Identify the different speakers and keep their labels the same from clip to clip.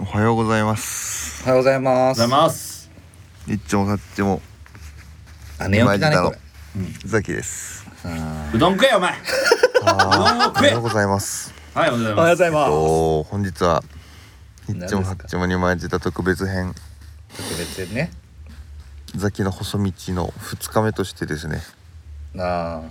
Speaker 1: おはようございます
Speaker 2: おはようございます。
Speaker 3: ございます。
Speaker 1: いっちもさっちも
Speaker 2: あ、寝起きだね、これ。
Speaker 1: ザキです
Speaker 3: うどん食えよお前。うどんを
Speaker 1: お
Speaker 3: 食
Speaker 1: は
Speaker 3: え
Speaker 1: よう。ございます
Speaker 3: はいおはようご
Speaker 2: おは
Speaker 3: ざ
Speaker 2: よ
Speaker 3: いう
Speaker 2: ございま
Speaker 1: おー本日はいっちもさっ
Speaker 2: 何ですか
Speaker 1: ちもに前じた特別編
Speaker 2: す。特別でね。
Speaker 1: ザキの細道の2日目としてですね
Speaker 2: あ
Speaker 3: ま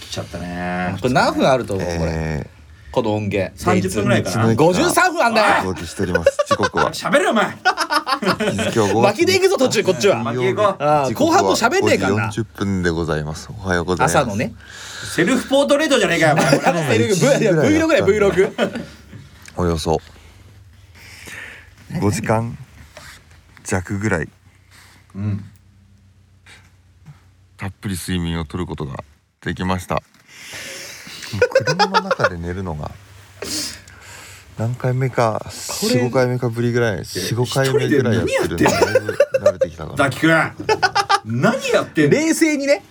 Speaker 3: す。来ちゃったね
Speaker 2: あ。。これ何分あると思う、これ。
Speaker 1: え
Speaker 2: この音源。
Speaker 3: 30分ぐらいかな
Speaker 1: ー、
Speaker 2: 53分あんだ
Speaker 1: お
Speaker 2: よ。
Speaker 1: 届けしており ます時刻は
Speaker 3: 喋れよお前。
Speaker 1: 今日5
Speaker 2: 巻きでいくぞ、途中、こっちは。
Speaker 3: 巻きでいこう。
Speaker 2: あー後半も喋んねえからな
Speaker 1: 40分でございますおはようございます
Speaker 2: 朝のね。
Speaker 3: セルフポートレートじゃねえかよお前。こ れ
Speaker 2: V-
Speaker 1: 時ぐらいだっ
Speaker 2: Vlog だ
Speaker 1: た
Speaker 2: よ、
Speaker 1: んだ
Speaker 2: Vlog。
Speaker 1: およそ5時間弱ぐらい
Speaker 3: うん。
Speaker 1: たっぷり睡眠をとることができましたもう車の中で寝るのが何回目か
Speaker 2: これ
Speaker 1: 45回目かぶりぐらい45回目ぐらいやってるんでだいぶ慣れてきたから
Speaker 3: ザキ君。何やってんの。
Speaker 2: 冷静にね。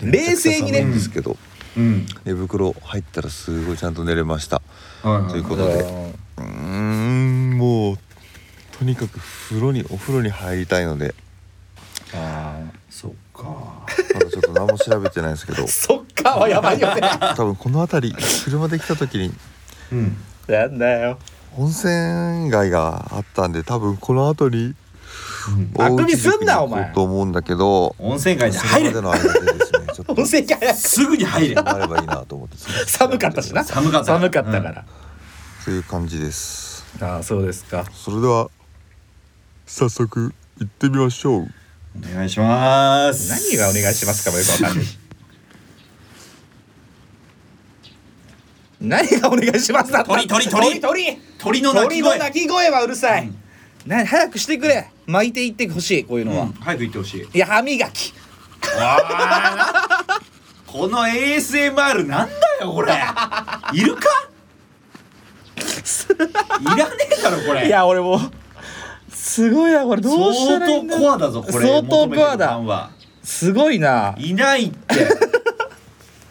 Speaker 2: 冷静に
Speaker 1: めちゃくちゃ寒いん
Speaker 2: ね
Speaker 1: で。すけど
Speaker 3: うん。
Speaker 1: 寝袋入ったらすごいちゃんと寝れました
Speaker 3: はいはい
Speaker 1: ということでうーんもうとにかく風呂にお風呂に入りたいので
Speaker 2: あー
Speaker 3: そっか。
Speaker 1: まだちょっと何も調べてないんですけど
Speaker 2: そっかはやばいよね。
Speaker 1: 多分この辺り車で来た時に
Speaker 3: うん。
Speaker 2: なんだ よ。
Speaker 1: 温泉街があったんで多分この後に
Speaker 3: うん
Speaker 2: あくびすんなお前
Speaker 1: 大内に行こうと思うんだけど
Speaker 3: 温泉街に
Speaker 1: それ
Speaker 3: 入
Speaker 1: ま
Speaker 3: れ
Speaker 1: で。の間でですねちょっ
Speaker 2: 音
Speaker 1: と
Speaker 2: 声早く。
Speaker 3: すぐに入れ。
Speaker 1: あればいいなと思って
Speaker 2: 寒かったしな。
Speaker 3: 寒かった
Speaker 2: 寒かったから。
Speaker 1: という感じです
Speaker 2: ああ、そうですか。
Speaker 1: それでは早速行ってみましょう
Speaker 3: お願いします。
Speaker 2: 何がお願いしますかもよくわかんない。何がお願いしますだった
Speaker 3: 鳥鳥鳥
Speaker 2: 鳥鳥
Speaker 3: 鳥の鳴
Speaker 2: 鳥
Speaker 3: き
Speaker 2: の
Speaker 3: 声。
Speaker 2: 鳴き声はうるさい、な早くしてくれ巻いていってほしいこういう
Speaker 3: う
Speaker 2: のは、
Speaker 3: ん。早く行ってほしい。
Speaker 2: いや歯磨き
Speaker 3: わあこの ASMR なんだよこれいるかいらねえだろこれ
Speaker 2: いや俺もうすごいなこれどうしたらい
Speaker 3: 相
Speaker 2: いん
Speaker 3: 当
Speaker 2: だ
Speaker 3: コアだぞこれ
Speaker 2: 相当コアだ
Speaker 3: 求めてるファンは
Speaker 2: すごいない
Speaker 3: ない って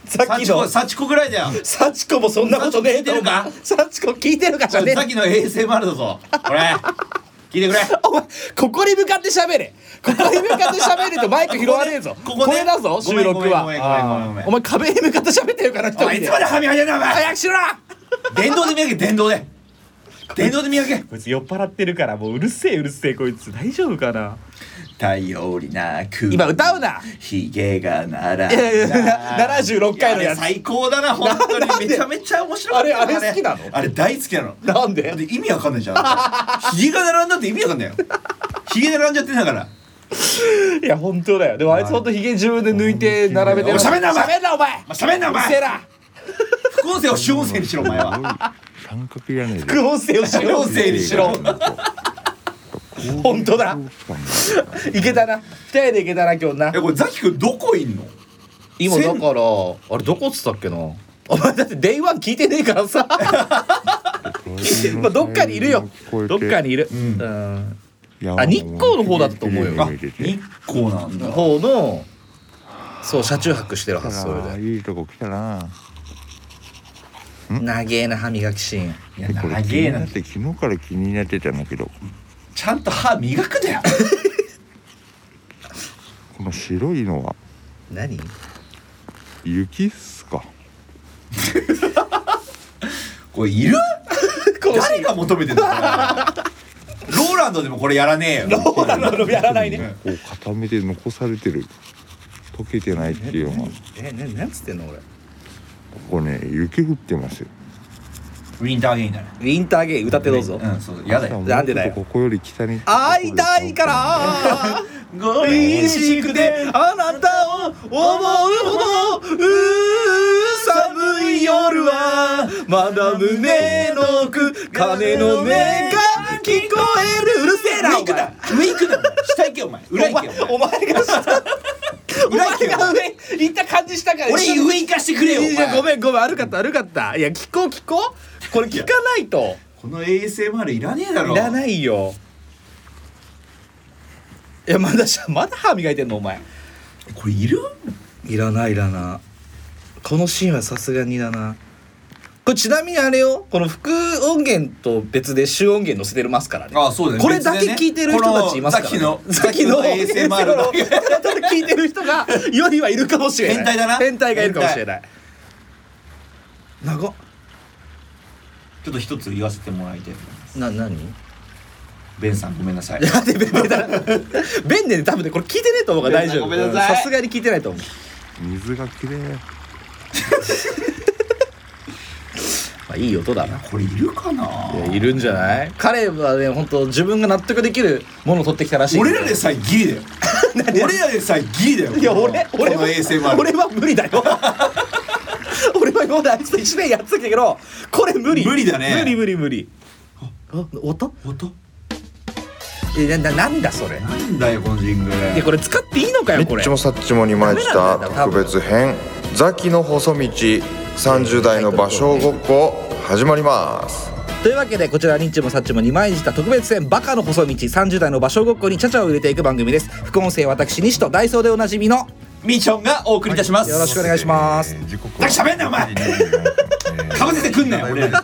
Speaker 2: さっき
Speaker 3: 幸
Speaker 2: の
Speaker 3: 子幸子ぐらいだよ
Speaker 2: 幸子もそんなことねえと思う幸子聞いてるかじ
Speaker 3: さ
Speaker 2: ゃ
Speaker 3: っ
Speaker 2: ねえ
Speaker 3: きの ASMR だぞこれ聞いてくれ
Speaker 2: お前ここに向かって喋れここに向かって喋るとマイク拾わね えぞ
Speaker 3: ここねここね
Speaker 2: れだぞ
Speaker 3: ご
Speaker 2: 収
Speaker 3: めん
Speaker 2: 録
Speaker 3: ごめんごめんごめんごめ
Speaker 2: は
Speaker 3: ん
Speaker 2: お前壁に向かって喋ってるから一
Speaker 3: お
Speaker 2: 人
Speaker 3: 前い
Speaker 2: で
Speaker 3: つまで歯磨いてんだお前
Speaker 2: 早くしろ
Speaker 3: 電動で磨け電動で電動で磨け
Speaker 2: こいつ酔っ払ってるからもううるせえうるせえこいつ大丈夫かな
Speaker 3: 頼りなく
Speaker 2: 今歌うな
Speaker 3: ひげがなら
Speaker 2: いやいや76回のやつ
Speaker 3: いあれ最高だな本当
Speaker 2: なんで
Speaker 3: にめちゃめちゃ面白かったよ
Speaker 2: あれあれ好きなの
Speaker 3: あれ大好きなのだ
Speaker 2: なん
Speaker 3: っ
Speaker 2: で
Speaker 3: て意味わかんないじゃんひげが並んだって意味わかんないよひげ並んじゃってんだから
Speaker 2: いや本当だよでもあいつ本当ヒゲ自分で抜いて並べてる
Speaker 3: おい喋んなお前
Speaker 2: 喋んなお前
Speaker 3: お前喋んなお前
Speaker 2: うるせえな
Speaker 3: 副音声を主音声にしろお前は
Speaker 1: 三角屋根で
Speaker 2: 副音声をしろ
Speaker 3: 副音声にしろ
Speaker 2: 本当だいけたな二人でいけたな今日な
Speaker 3: えこれザキ君どこいんの
Speaker 2: 今だからあれどこっつったっけなお前だって「デイワン聞いてねえからさ まあどっかにいるよどっかにいる、
Speaker 3: ん
Speaker 2: うん
Speaker 1: あ
Speaker 2: あ日光の方だったと思うよ
Speaker 3: あ日光なんだ
Speaker 2: 方のそう車中泊してるはずそれで
Speaker 1: いいとこ来たな
Speaker 2: 長えな歯磨きシーン
Speaker 3: いや
Speaker 1: これ
Speaker 3: 長
Speaker 1: 気に
Speaker 3: え
Speaker 1: な
Speaker 3: な
Speaker 1: って昨日から気になってたんだけど
Speaker 3: ちゃんと歯磨くだよ
Speaker 1: この白いのは
Speaker 2: 何
Speaker 1: 雪っすか
Speaker 3: これいる
Speaker 2: このシ
Speaker 3: 誰が求めてんだこれローランドでもこれやらねえよ
Speaker 2: ーンなのやらないね
Speaker 3: ね
Speaker 1: こう固めて残されてる溶けてないっていうのがこ
Speaker 2: えななんつってんの俺
Speaker 1: こね雪降ってますよ
Speaker 3: ウィンターゲインだね
Speaker 2: ウィンターゲイン歌ってどうぞ、
Speaker 3: うんそうやだよ
Speaker 2: なんでだよ
Speaker 1: ここより北に
Speaker 2: 会いたい から恋しくてあなたを思うほどうー寒い夜はまだ胸の奥鐘の音が聞こえるうるせえな
Speaker 3: ウィンクだウィンクだ下行けよお前裏
Speaker 2: お
Speaker 3: 行けよ
Speaker 2: 前お前がしたお前
Speaker 3: 裏行けよ
Speaker 2: が上行った感じしたから
Speaker 3: 俺に上行かしてくれよお
Speaker 2: いや
Speaker 3: 前
Speaker 2: ごめんごめん悪かった悪かったいや聞こう聞こうこれ聞かないと
Speaker 3: この ASMR いらねえだろ
Speaker 2: いらないいよいやまだしゃまだ歯磨いてんのお前
Speaker 3: これいる
Speaker 2: いらないいらなこのシーンはさすがにだなこれちなみにあれよこの副音源と別で主音源載せてますからね
Speaker 3: あそうだね
Speaker 2: これだけ聞いてる人たちいますから、ね、
Speaker 3: このさっきの
Speaker 2: さっき
Speaker 3: さっきの ASMR だけ
Speaker 2: ただただ聞いてる人が世にはいるかもしれない
Speaker 3: 変態だな
Speaker 2: 変態がいるかもしれない長っ
Speaker 3: ちょっと一つ言わせてもらいたいと思います
Speaker 2: な何
Speaker 3: ベンさんごめんなさい
Speaker 2: なんでベンネだベンネで多分ねこれ聞いてねえと思うから大丈夫
Speaker 3: ベンネごめんなさい
Speaker 2: さすがに聞いてないと思う
Speaker 1: 水がきれい
Speaker 2: まあいい音だな
Speaker 3: これいるかない
Speaker 2: やいるんじゃない彼はね本当自分が納得できるものを取ってきたらしい
Speaker 3: 俺らでさえギリ だよ俺らでさえギリだよ
Speaker 2: いや俺
Speaker 3: この
Speaker 2: 俺
Speaker 3: この衛星もある
Speaker 2: 俺は無理だ よ俺は今まであいつと1年やってたけどこれ無理
Speaker 3: 無理だね
Speaker 2: 無理無理無理あ音
Speaker 3: 音
Speaker 2: えなななんだそれ
Speaker 3: なんだよこのジングル
Speaker 2: でこれ使っていいのかよこ
Speaker 1: どっ
Speaker 2: れ
Speaker 1: ちもさっちもにまいちた特別編「ザキの細道」30代の芭蕉ごっこ始まります
Speaker 2: というわけでこちらニッチもサッチも2枚舌特別編バカの細道30代の場所ごっこにチャチャを入れていく番組です副音声私西とダイソーでおなじみの
Speaker 3: ミッションがお送りいたします、
Speaker 2: よろしくお願いします
Speaker 1: えー時刻
Speaker 3: だけ喋んなお前 かぶせてくんなよ俺ら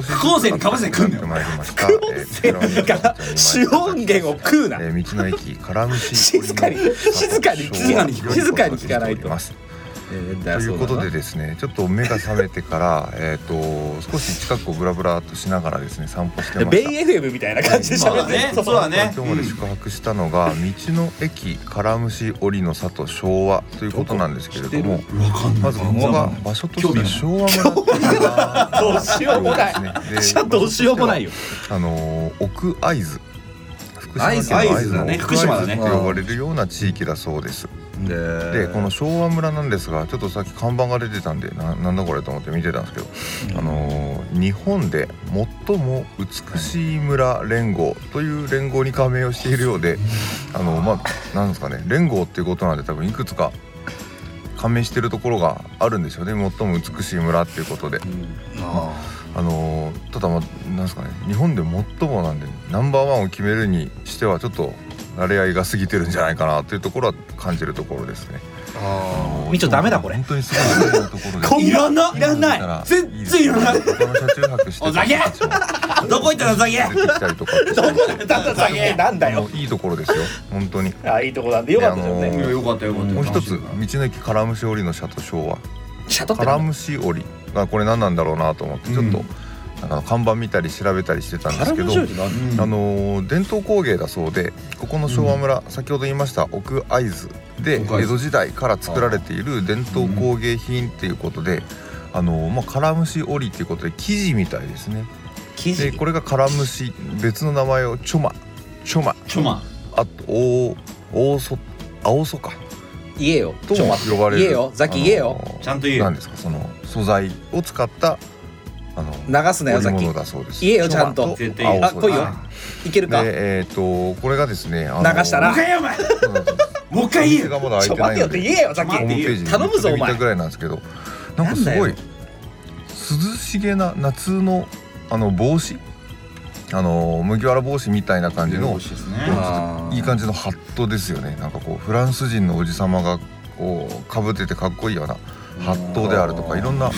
Speaker 3: 副音声にかぶせてくんなよ
Speaker 1: まいりました
Speaker 2: だから主音源を食うな
Speaker 1: えー道の駅からむし
Speaker 2: 静かに静かに
Speaker 3: 静かに
Speaker 2: 静かに聞かないと
Speaker 1: ます
Speaker 2: と
Speaker 1: ということでですねちょっと目が覚めてからえっと少し近くをブラブラとしながらですね散歩してま
Speaker 2: ベ
Speaker 1: し
Speaker 2: イ
Speaker 1: た
Speaker 2: FM みたいな感じで喋ってる
Speaker 3: まあねそうだね
Speaker 1: 今日まで宿泊したのが道の駅からむし折の里昭和ということなんですけれども
Speaker 3: わかんない
Speaker 1: まずここが場所として昭和村
Speaker 2: どうしようもない
Speaker 1: ですねで
Speaker 2: どうしようもないよ
Speaker 1: あのー奥会津福島
Speaker 2: 会
Speaker 1: 県
Speaker 2: 津
Speaker 1: の会津
Speaker 3: だ
Speaker 1: の
Speaker 3: ね
Speaker 1: 奥
Speaker 3: 福島だ
Speaker 1: 会
Speaker 3: ね
Speaker 1: 津と呼ばれるような地域だそうです。
Speaker 2: で
Speaker 1: でこの昭和村なんですがちょっとさっき看板が出てたんでななんだこれと思って見てたんですけど、あのー日本で最も美しい村連合という連合に加盟をしているようで、あのまあなんですかね連合っていうことなんで多分いくつか加盟してるところがあるんですよね最も美しい村っていうことで。あのーただまあなんですかね日本で最もなんでナンバーワンを決めるにしてはちょっと慣れ合いが過ぎてるんじゃないかなというところは感じるところですね。あの
Speaker 2: みちょダメだこれ
Speaker 1: 本当にすごいところで
Speaker 2: こん
Speaker 3: いらない
Speaker 2: いらない
Speaker 3: 全然いらない
Speaker 1: 他の車中泊して
Speaker 3: おざけ
Speaker 1: た人たちも
Speaker 3: どこ行ったのおざけ
Speaker 1: 出てきたりとかってして
Speaker 2: どこだよだだだけなんだ
Speaker 1: あの
Speaker 2: よ
Speaker 1: いいところですよ本当に。
Speaker 2: あいいとこなんでよかったですよ
Speaker 1: であの
Speaker 2: ね
Speaker 1: ー
Speaker 3: よかったよかった
Speaker 1: もう一つ道の駅カラムシ織のシャトショーは
Speaker 2: シャトって
Speaker 1: カラムシ織がこれ何なんだろうなと思ってちょっと、なんか看板見たり調べたりしてたんですけど。あのー伝統工芸だそうでここの昭和村、先ほど言いました奥会津で
Speaker 3: 奥会津
Speaker 1: 江戸時代から作られている伝統工芸品っていうことで、あのーまあ、カラムシ織っていうことで生地みたいですね
Speaker 2: 生
Speaker 1: で
Speaker 2: 地
Speaker 1: これがカラムシ別の名前をチョマチョマ
Speaker 3: ちょま
Speaker 1: あとおおそ青そか
Speaker 2: 言えよ
Speaker 1: と
Speaker 2: ちょ
Speaker 1: も
Speaker 2: 待って
Speaker 1: 呼ばれる
Speaker 2: 言えよザキ言えよ
Speaker 1: あのー
Speaker 3: ちゃんと言えよ
Speaker 1: なんですかその素材を使ったあの
Speaker 2: 流すなよザ
Speaker 1: 織
Speaker 2: キ
Speaker 1: 物だそうです
Speaker 2: 言えよちゃんと
Speaker 1: チョマ
Speaker 3: 絶対言えよ
Speaker 1: 青そ
Speaker 2: あ来いよ
Speaker 1: ですね
Speaker 2: いけるか
Speaker 1: でえっ、とこれがですね、あ
Speaker 2: 流した
Speaker 3: もう
Speaker 2: ら
Speaker 3: 一回言えお前もう一回
Speaker 1: お
Speaker 3: 言え
Speaker 1: 店
Speaker 3: よ
Speaker 1: がまだ開
Speaker 2: ち
Speaker 1: いて
Speaker 2: ょ
Speaker 1: な
Speaker 2: 待
Speaker 1: い
Speaker 2: て
Speaker 1: の
Speaker 2: よって
Speaker 1: で
Speaker 2: 言えよザキ
Speaker 1: ホームページ
Speaker 2: 頼むぞお
Speaker 1: 見
Speaker 2: 前
Speaker 1: たぐらいなんですけどなんかすごい涼しげな夏のあの帽子あの麦わら帽子みたいな感じのいい感じのハットですよねなんかこうフランス人のおじさまがこうかぶっててかっこいいようなハットであるとかいろんな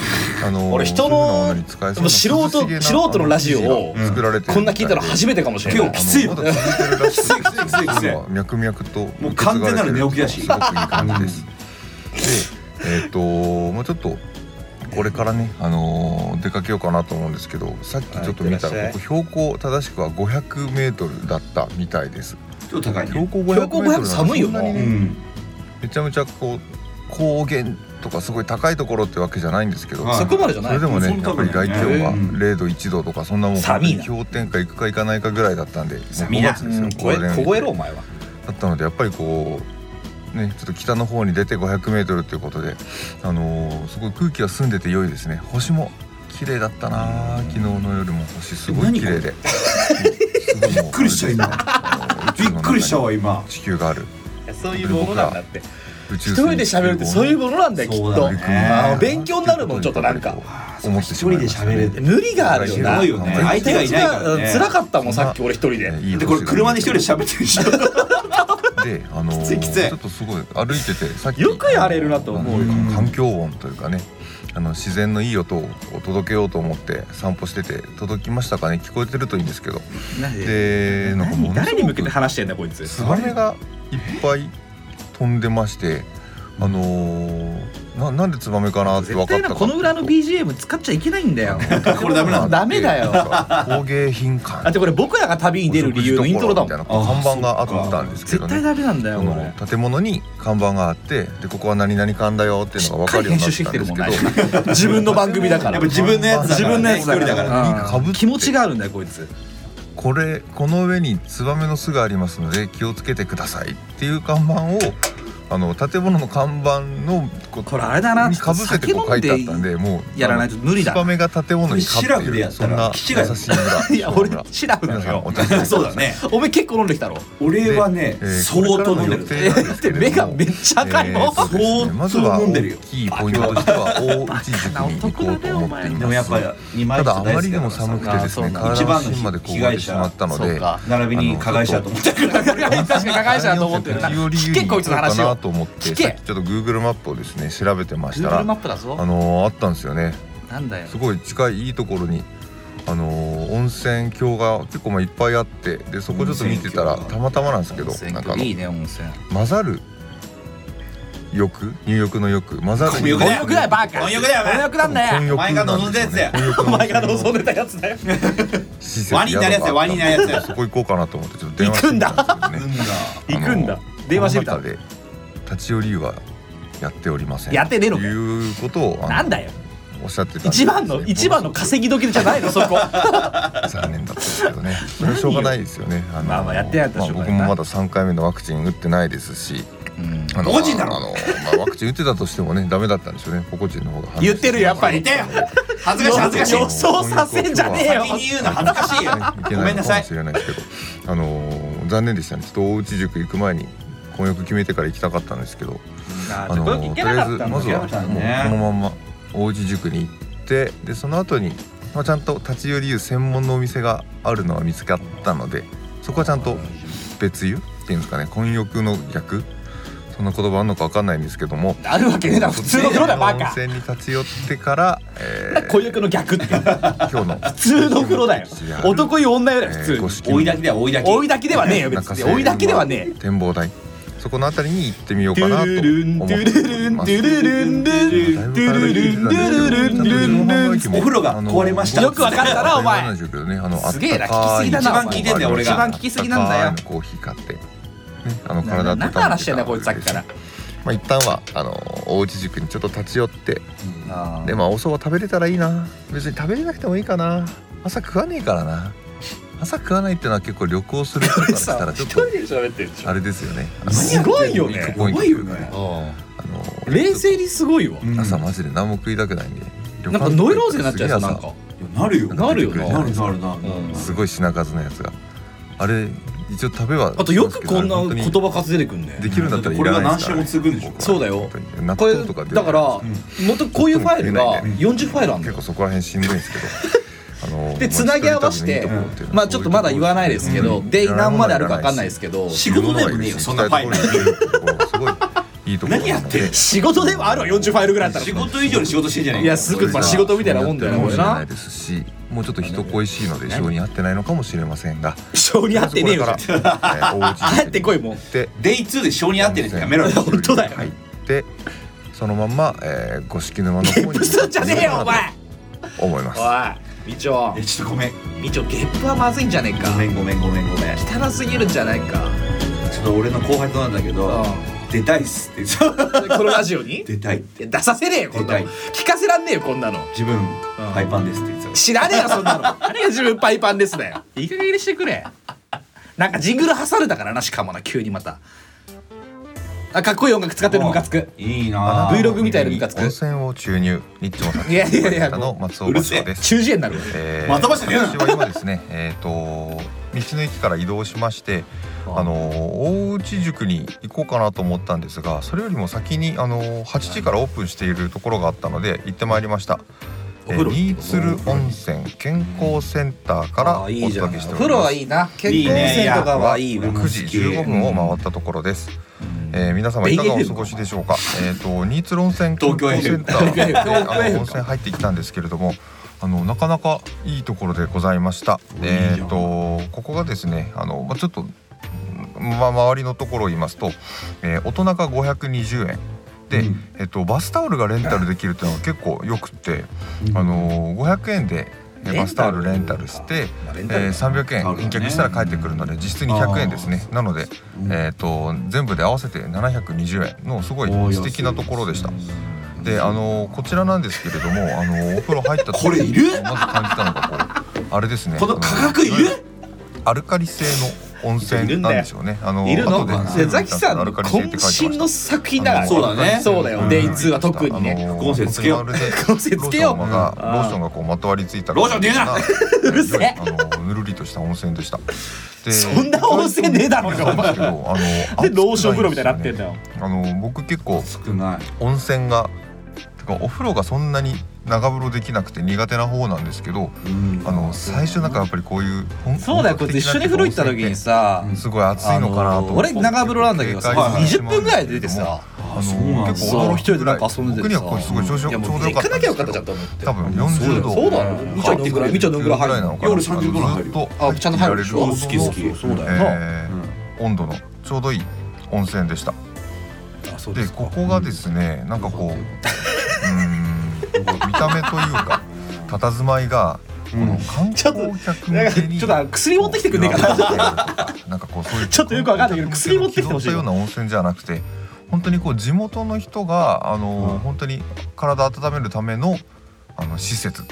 Speaker 1: あの
Speaker 2: 俺人
Speaker 1: そ
Speaker 2: の
Speaker 1: ういうに使えそうな
Speaker 2: 素
Speaker 1: 涼し
Speaker 2: 人
Speaker 1: げな
Speaker 2: 素人のラジオを
Speaker 1: あの生地が作られてる
Speaker 2: こんな聞いたの初めてかもしれな
Speaker 3: 今
Speaker 2: い
Speaker 3: 日きついよ
Speaker 1: あのまだ続いてるらしいです
Speaker 3: きついきついきつい
Speaker 1: 今 脈々と
Speaker 3: もう完全なる寝起きだし
Speaker 1: すごくいい感じですでえっ、ともうちょっとこれからね、あのー出かけようかなと思うんですけどさっきちょっと見た
Speaker 2: は
Speaker 1: ら
Speaker 2: い
Speaker 1: ここ標高正しくは500メートルだったみたいです
Speaker 3: ちょっと高い
Speaker 1: 標
Speaker 3: ね
Speaker 1: 高500メ
Speaker 2: 標
Speaker 1: ートルな
Speaker 2: 高
Speaker 1: ん
Speaker 2: 500
Speaker 1: て
Speaker 2: 寒いよな
Speaker 1: そんなに
Speaker 3: う
Speaker 1: ね
Speaker 3: ん
Speaker 1: めちゃめちゃこう高原とかすごい高いところってわけじゃないんですけど、
Speaker 3: はい
Speaker 2: そこまでじゃ
Speaker 1: そ
Speaker 2: ない
Speaker 1: れでもね
Speaker 3: そんな
Speaker 1: やっ
Speaker 3: 高
Speaker 1: ぱ
Speaker 3: い
Speaker 1: り
Speaker 3: ね
Speaker 1: 外気温が
Speaker 3: うん
Speaker 1: 0度1度とかそんなもん
Speaker 2: 寒いな
Speaker 1: 氷点下行くか行かないかぐらいだったんで
Speaker 3: 寒いな
Speaker 1: もう五月です
Speaker 2: う
Speaker 1: よ
Speaker 2: ん
Speaker 1: ゴールデンウィーク
Speaker 2: 凍えろお前は
Speaker 1: だったのでやっぱりこうねちょっと北の方に出て 500m ということで、あのーすごい空気が澄んでて良いですね星も綺麗だったな昨日の夜も星すごい
Speaker 3: 何
Speaker 1: 綺
Speaker 3: これ
Speaker 1: 麗 でび
Speaker 3: びっくりした今びっくりしたわ今
Speaker 1: 地球がある
Speaker 2: そう
Speaker 1: いうものなんだ
Speaker 2: って
Speaker 1: 宇宙
Speaker 2: 一人で喋るってそういう
Speaker 1: も
Speaker 2: ものなんだよきっ
Speaker 3: そうだ
Speaker 2: と
Speaker 3: ね
Speaker 2: あー勉強になるもんちょっとなんか
Speaker 1: 思ってしまいましたね
Speaker 3: 一人で喋れて
Speaker 2: 無理があるよな
Speaker 3: すごいよね
Speaker 1: うん
Speaker 3: 相手がいないから
Speaker 2: うん
Speaker 3: ね
Speaker 2: 辛かったもんさっき俺一人で
Speaker 1: ねいい
Speaker 3: でこれ車で一人で喋ってるし
Speaker 1: で、あ のー
Speaker 3: きついきつい
Speaker 1: ちょっとすごい歩いててさっき
Speaker 2: よくやれるなと思うよ
Speaker 1: ん環境音というかねあの自然のいい音を届けようと思って散歩してて届きましたかね聞こえてるといいんですけどでなんかも
Speaker 2: 何
Speaker 1: の
Speaker 2: 誰
Speaker 1: す
Speaker 2: に
Speaker 1: ご
Speaker 2: 向け
Speaker 1: く
Speaker 2: て話してんだこいつ
Speaker 1: ツバメがいっぱい飛んでましてあのー、ななんでツバメかなって分
Speaker 2: 絶
Speaker 1: かっ
Speaker 2: 対
Speaker 1: た
Speaker 2: な
Speaker 1: か
Speaker 2: この裏の BGM 使っちゃいけない んだよ
Speaker 3: これダメな ん
Speaker 2: ダメだよ
Speaker 1: 工芸品
Speaker 2: だっ
Speaker 1: 館
Speaker 2: てこれ僕らが旅に出る理由のイントロだもん
Speaker 1: みたいな看板があったんですけど
Speaker 2: 絶
Speaker 1: ね
Speaker 2: 対ダメなんだよ
Speaker 1: そ
Speaker 2: こ
Speaker 1: の
Speaker 2: れ
Speaker 1: 建物に看板があってでここは何々館だよっていうのが分かるようになったんですけど
Speaker 2: しっかり編集してきてるもんね 自分の番組だから
Speaker 3: やっぱ自分のやつだ
Speaker 2: 自分のやつだ
Speaker 3: 一人だ
Speaker 2: か
Speaker 3: から
Speaker 2: ら
Speaker 1: 被っ
Speaker 2: う
Speaker 1: て
Speaker 2: ん気持ちがあるんだよこいつ
Speaker 1: これこの上にツバメの巣がありますので気をつけてくださいっていう看板をあの建物の看板のこ
Speaker 2: これあれだな
Speaker 1: にかぶせてこう書いてあったんでもう
Speaker 2: やらないと無理だ
Speaker 1: ツバメが建物にかぶ
Speaker 3: シラ
Speaker 1: っ
Speaker 3: フ
Speaker 1: て
Speaker 3: でや
Speaker 1: る
Speaker 3: っ
Speaker 1: そ
Speaker 3: た
Speaker 1: ん
Speaker 3: ら
Speaker 1: な
Speaker 3: 基地が
Speaker 1: 優しい村
Speaker 2: いや俺シラフな
Speaker 1: 皆さ
Speaker 2: の
Speaker 1: ん
Speaker 2: よ
Speaker 1: お茶してください
Speaker 3: そうだね
Speaker 2: お前結構飲んできたろ
Speaker 3: 俺はね
Speaker 1: えー
Speaker 3: 相当飲んで
Speaker 1: これ
Speaker 3: る
Speaker 1: からの予定なんですけれども
Speaker 2: 目がめっちゃ赤いの
Speaker 1: えーそうですねまずは
Speaker 3: 相当飲んでるよ
Speaker 1: 大きいポイントとして は大内塾に行こうと思っています
Speaker 3: でもやっぱり二枚
Speaker 1: ただ
Speaker 3: 舌
Speaker 1: あ
Speaker 3: 大
Speaker 1: ま
Speaker 3: 好
Speaker 1: り
Speaker 3: き
Speaker 1: に
Speaker 3: だか
Speaker 1: も
Speaker 3: らさ
Speaker 1: 寒くてですね
Speaker 2: あ
Speaker 3: ーそうな
Speaker 1: 体
Speaker 3: んだ
Speaker 1: の芯まで凍えてしまったの
Speaker 2: そう
Speaker 1: で
Speaker 2: か
Speaker 3: 並びに加害者だと思ったけど
Speaker 2: 俺確かに加害者だと思ってるな
Speaker 1: より
Speaker 2: 聞けこいつの話
Speaker 1: な
Speaker 2: を
Speaker 1: と思って
Speaker 2: 聞け
Speaker 1: さっきちょっと Google マップをですね調べてました
Speaker 2: Google マ
Speaker 1: ら
Speaker 2: ップだ
Speaker 1: あ
Speaker 2: ぞ
Speaker 1: のーあったんですよね
Speaker 2: なんだよ
Speaker 1: すごい近いいいところにあのー温泉郷が結構まあいっぱいあってでそこちょっと見てたら
Speaker 3: 温泉郷
Speaker 1: たまたまなんですけど
Speaker 2: 温泉
Speaker 1: なんかあの
Speaker 2: いいね温泉
Speaker 1: 混ざる浴入浴の浴混ざる
Speaker 3: 混浴だ
Speaker 2: 混
Speaker 3: よ
Speaker 2: 浴だよバカ
Speaker 3: 混浴だよお前
Speaker 2: 混浴なんだよ
Speaker 1: 混浴
Speaker 3: お前が望んだやつだよ
Speaker 1: 混浴
Speaker 2: お
Speaker 1: の
Speaker 2: 前が望んでたやつだよ
Speaker 1: 施設
Speaker 3: ワニになるやつだよワニになるやつだよ
Speaker 1: そこ行こうかなと思ってちょっと電話してみたんですけどね
Speaker 2: 行くん
Speaker 1: あ
Speaker 2: だ
Speaker 1: の
Speaker 2: 電話してみた
Speaker 1: この中で立ち寄りはやっておりません
Speaker 2: やってねえの
Speaker 1: と
Speaker 2: か
Speaker 1: いうことをあの
Speaker 2: なんだよ
Speaker 1: おっしゃってたんです
Speaker 2: 一
Speaker 1: ね
Speaker 2: 番の一番の稼ぎ時じゃないのそこ
Speaker 1: 残念だったんですけど ねそれはしょうがないですよねあの
Speaker 2: まあまあやってないとしょうがない
Speaker 1: 僕もまだ3回目のワクチン打ってないですし
Speaker 2: うん
Speaker 1: あの
Speaker 3: 個人だろ
Speaker 1: あの、まあ、ワクチン打ってたとしてもねダメだったんでしょうね個人の方が反応
Speaker 2: 言ってるよやっぱり
Speaker 3: 言ってよ恥ずかしい恥ずかしい
Speaker 2: 予想させんじゃねえよ
Speaker 3: 先に言うの恥ずかしいよ
Speaker 1: いけ
Speaker 3: ご
Speaker 1: な
Speaker 3: め
Speaker 1: い
Speaker 3: ん
Speaker 1: のか
Speaker 3: なさ
Speaker 1: も
Speaker 3: い
Speaker 1: しれないですけど、あのー残念でしたねちょっと大内塾行く前に婚約決めてから行きたかったんですけど、
Speaker 2: あ
Speaker 1: あのー
Speaker 2: い
Speaker 1: と
Speaker 2: け
Speaker 1: りあ
Speaker 2: な
Speaker 1: え
Speaker 2: か
Speaker 1: ず
Speaker 2: ったんだ
Speaker 1: まずは
Speaker 3: 行けなかった
Speaker 1: も
Speaker 3: ん
Speaker 1: う
Speaker 3: だね
Speaker 1: このまんま大内塾に行ってでその後にまあちゃんと立ち寄り湯専門のお店があるのは見つかったのでそこはちゃんと別湯っていうんですかね混浴の逆そんな言葉あるのかわかんないんですけども
Speaker 2: あるわけねえだろ普通の風呂だよバ
Speaker 1: 温
Speaker 2: カ
Speaker 1: 泉に立ち寄ってから、えー
Speaker 2: 婚約の逆って
Speaker 1: 今日の普
Speaker 2: 普通の風呂だよ男湯女湯だよ普通に
Speaker 3: 追いだきだよ追いだき
Speaker 2: 追いだけではねえよ別に追いだけではねえ
Speaker 1: 展望台そこのあたりに行ってみよう
Speaker 2: ド
Speaker 1: かなと
Speaker 2: ゥ
Speaker 1: 思っ
Speaker 2: ルルンドゥルル
Speaker 1: て
Speaker 2: ン
Speaker 1: ま
Speaker 2: ド
Speaker 1: す
Speaker 2: ゥルルンドゥルルンドゥルルンドゥルルンドゥルルン
Speaker 3: お風呂が壊れました
Speaker 2: よくわかったなお前
Speaker 1: す
Speaker 2: すげえな聞きすぎだな
Speaker 3: 一番聞いてんだよ俺が一
Speaker 2: 番聞きすぎなんだよ
Speaker 1: コーヒー買ってねあの体温
Speaker 2: 何
Speaker 1: め
Speaker 2: の
Speaker 1: てから
Speaker 2: 話してんだこいつさっきから
Speaker 1: まあ一旦はあの大内塾にちょっと立ち寄ってでまあお蕎麦食べれたらいいな別に食べれなくてもいいかな朝食わねえからな朝食わないってのは結構旅行する人からした らちょっと
Speaker 2: で喋ってるで
Speaker 1: あれですよね
Speaker 2: すごいよね
Speaker 1: 肉
Speaker 3: や
Speaker 1: ポイント
Speaker 3: ばいよね
Speaker 1: あの
Speaker 2: 冷静にすごいわ
Speaker 3: うん
Speaker 1: 朝マジで何も食いたくないんで
Speaker 2: なんかノイローゼになっちゃうやつなんか
Speaker 3: いやなるよ
Speaker 2: なるよな
Speaker 3: なるなるなる
Speaker 2: うん
Speaker 1: すごい品数のやつがあれ一応食べは
Speaker 2: あとよくこんな
Speaker 1: 本当に
Speaker 2: 言葉数出てくんね
Speaker 1: できるんだったらい
Speaker 3: これ
Speaker 1: ら
Speaker 3: が
Speaker 1: ない
Speaker 3: 何
Speaker 1: です
Speaker 3: 週
Speaker 1: から
Speaker 3: も続くんでしょ
Speaker 2: そうだよ
Speaker 1: 本当に納
Speaker 2: これ
Speaker 1: 豆とか出て
Speaker 2: だからもとこういうファイルが40ファイルあるん
Speaker 1: 結
Speaker 2: だよ
Speaker 1: 構そこら辺しんどいんですけど あの
Speaker 2: でつなぎ合わせてまあちょっとまだ言わないですけどで何まであるか分かんないですけど
Speaker 3: 仕事でもねえよそんなファイル
Speaker 1: ルすごいいいところなので
Speaker 3: 何やってんの
Speaker 2: 仕事でもあるわ40ファイルぐらいだった
Speaker 3: 仕
Speaker 2: ら
Speaker 3: 事以上に仕事してんじゃない
Speaker 2: いやすぐまあ仕事みたいなもんだよな
Speaker 1: そう
Speaker 2: こ
Speaker 1: いう
Speaker 2: れ
Speaker 1: のもあるかもしれな
Speaker 2: な
Speaker 1: いですしもうちょっと人恋しいので性に合ってないのかもしれませんが
Speaker 2: 性に合ってねえよ
Speaker 1: これからえー大内 塾に
Speaker 2: 帰ってこいもう
Speaker 1: 行って
Speaker 3: デイ2で性に合ってるってやめろよ
Speaker 2: 本当だよ
Speaker 1: 入ってそのまんま、えー、五色沼の方に
Speaker 2: 嘘じゃねえよお前
Speaker 1: 思います
Speaker 2: おいみちょ
Speaker 3: えちょっとごめん
Speaker 2: みちょゲップはまずいんじゃねえか
Speaker 3: ごめんごめんごめんごめんち
Speaker 2: 汚すぎるんじゃないか
Speaker 3: ょっと俺の後輩となんだけど出たいっすって言ってた
Speaker 2: このラジオに
Speaker 3: 出たいって
Speaker 2: いや出させねえよこんなの
Speaker 3: 出た
Speaker 2: 聞かせらんねえよこんなの
Speaker 3: 自分ハイパンですって言ってた
Speaker 2: 知らねえよそんなの何が自分パイパンですだよいい加減にしてくれなんかジングル挟んでたからなしかもな急にまたあかっこいい音楽使ってるのムカつく
Speaker 3: いいなぁ
Speaker 2: Vlog みたいなムカつく
Speaker 1: 温泉を注入ニッチもさん
Speaker 2: いやいやいや
Speaker 1: の松尾芭蕉です
Speaker 2: 中耳炎になるわ
Speaker 1: え
Speaker 3: 松尾芭蕉ね
Speaker 1: 私は今ですね えっと道の駅から移動しましてあの大内塾に行こうかなと思ったんですがそれよりも先にあの8時からオープンしているところがあったので行ってまいりました
Speaker 2: お
Speaker 1: え
Speaker 2: 風
Speaker 1: ー
Speaker 2: 呂
Speaker 1: 新鶴温泉健康センターからお
Speaker 3: あーいいじゃん
Speaker 1: 届けしております
Speaker 2: 風呂はいいな結
Speaker 3: いい
Speaker 2: 婚
Speaker 3: ね
Speaker 2: 線とかはいいわ
Speaker 3: いや
Speaker 1: 9時15分を回ったところです、えー皆様いかがお過ごしでしょうか。えっと新津温泉
Speaker 3: 東京
Speaker 1: 観光センターで
Speaker 2: FM
Speaker 1: あの温泉入ってきたんですけれども。あのなかなかいいところでございました。えっ、とここがですね、あのまあちょっとまあ周りのところを言いますと、えー大人が520円で、
Speaker 3: うん
Speaker 1: えっとバスタオルがレンタルできるというのが結構よくって、あの500円でえーバスタオルレンタルして、えー、300円返却したら帰ってくるので実質200円ですねなので、えー、と全部で合わせて720円のすごい素敵なところでしたであのこちらなんですけれどもあのお風呂入った時
Speaker 3: これいる
Speaker 1: まず感じたのがこうあれですね
Speaker 3: この価格い
Speaker 1: あの
Speaker 3: る
Speaker 1: アルカリ性の温泉なんでしょうねあの
Speaker 2: いる
Speaker 1: 後
Speaker 2: の
Speaker 1: で
Speaker 2: いやザキさんの渾身の作品だから
Speaker 3: そうだね
Speaker 2: そうだよ
Speaker 1: うん
Speaker 2: デイツーは特にね
Speaker 1: あのー
Speaker 3: 副音声つけよう
Speaker 1: 本当にまるで
Speaker 2: 副音声つけよう
Speaker 1: ローションがローションがこうまとわりついた
Speaker 3: ローションねえな
Speaker 1: う
Speaker 2: るせえ
Speaker 1: あのーぬるりとした温泉でしたで
Speaker 2: そんな温泉ねえだろうがお前
Speaker 1: ですけどあのー
Speaker 2: でローション風呂みたいになってんだ
Speaker 1: よ
Speaker 2: よ
Speaker 1: あのー僕結構
Speaker 3: 少ない
Speaker 1: 温泉がてかお風呂がそんなに長風呂できなくて苦手な方なんですけどあのー最初なんかやっぱりこういう本
Speaker 2: そうだよこいつ一緒に風呂行った時にさ
Speaker 1: すごい暑いのかなと思って
Speaker 2: 俺長風呂なんだけどさ
Speaker 1: はい
Speaker 2: 20分ぐらいで出てさ
Speaker 1: あの
Speaker 3: そうなんだ
Speaker 1: 結
Speaker 2: そ
Speaker 1: 構
Speaker 2: う
Speaker 1: 驚
Speaker 2: 一
Speaker 1: く
Speaker 2: 人でなんか遊んでて
Speaker 1: 僕にはこれすごい調子よ
Speaker 2: いやも
Speaker 1: ちょうどよか
Speaker 2: 行
Speaker 1: っ
Speaker 2: か
Speaker 1: た
Speaker 2: な
Speaker 1: で
Speaker 2: きゃ
Speaker 1: す
Speaker 2: よ
Speaker 1: けど
Speaker 2: かったじゃんと思って
Speaker 1: 多分40度
Speaker 2: そうだよみちょってくらいみちょどんぐらい入るの
Speaker 3: 夜30度入
Speaker 1: ず
Speaker 3: る
Speaker 1: っと
Speaker 2: あちゃんと入るでしょ
Speaker 1: 入れ
Speaker 3: 好き好き
Speaker 2: そうだよな
Speaker 1: え
Speaker 3: うん
Speaker 1: ー温度のちょうどいい温泉でした
Speaker 2: あそうで
Speaker 1: ですここがですねなんかこううーん見た目というか 佇まいがこの観光客向けに
Speaker 2: ちょっと薬持ってきてくんねえかな
Speaker 1: ななんかこうそう いう
Speaker 2: ちょっとよくわかんないけど薬持ってきてほしい
Speaker 1: そうような温泉じゃなくて本当にこう地元の人があのー、
Speaker 3: うん
Speaker 1: 本当に体温めるためのあの施設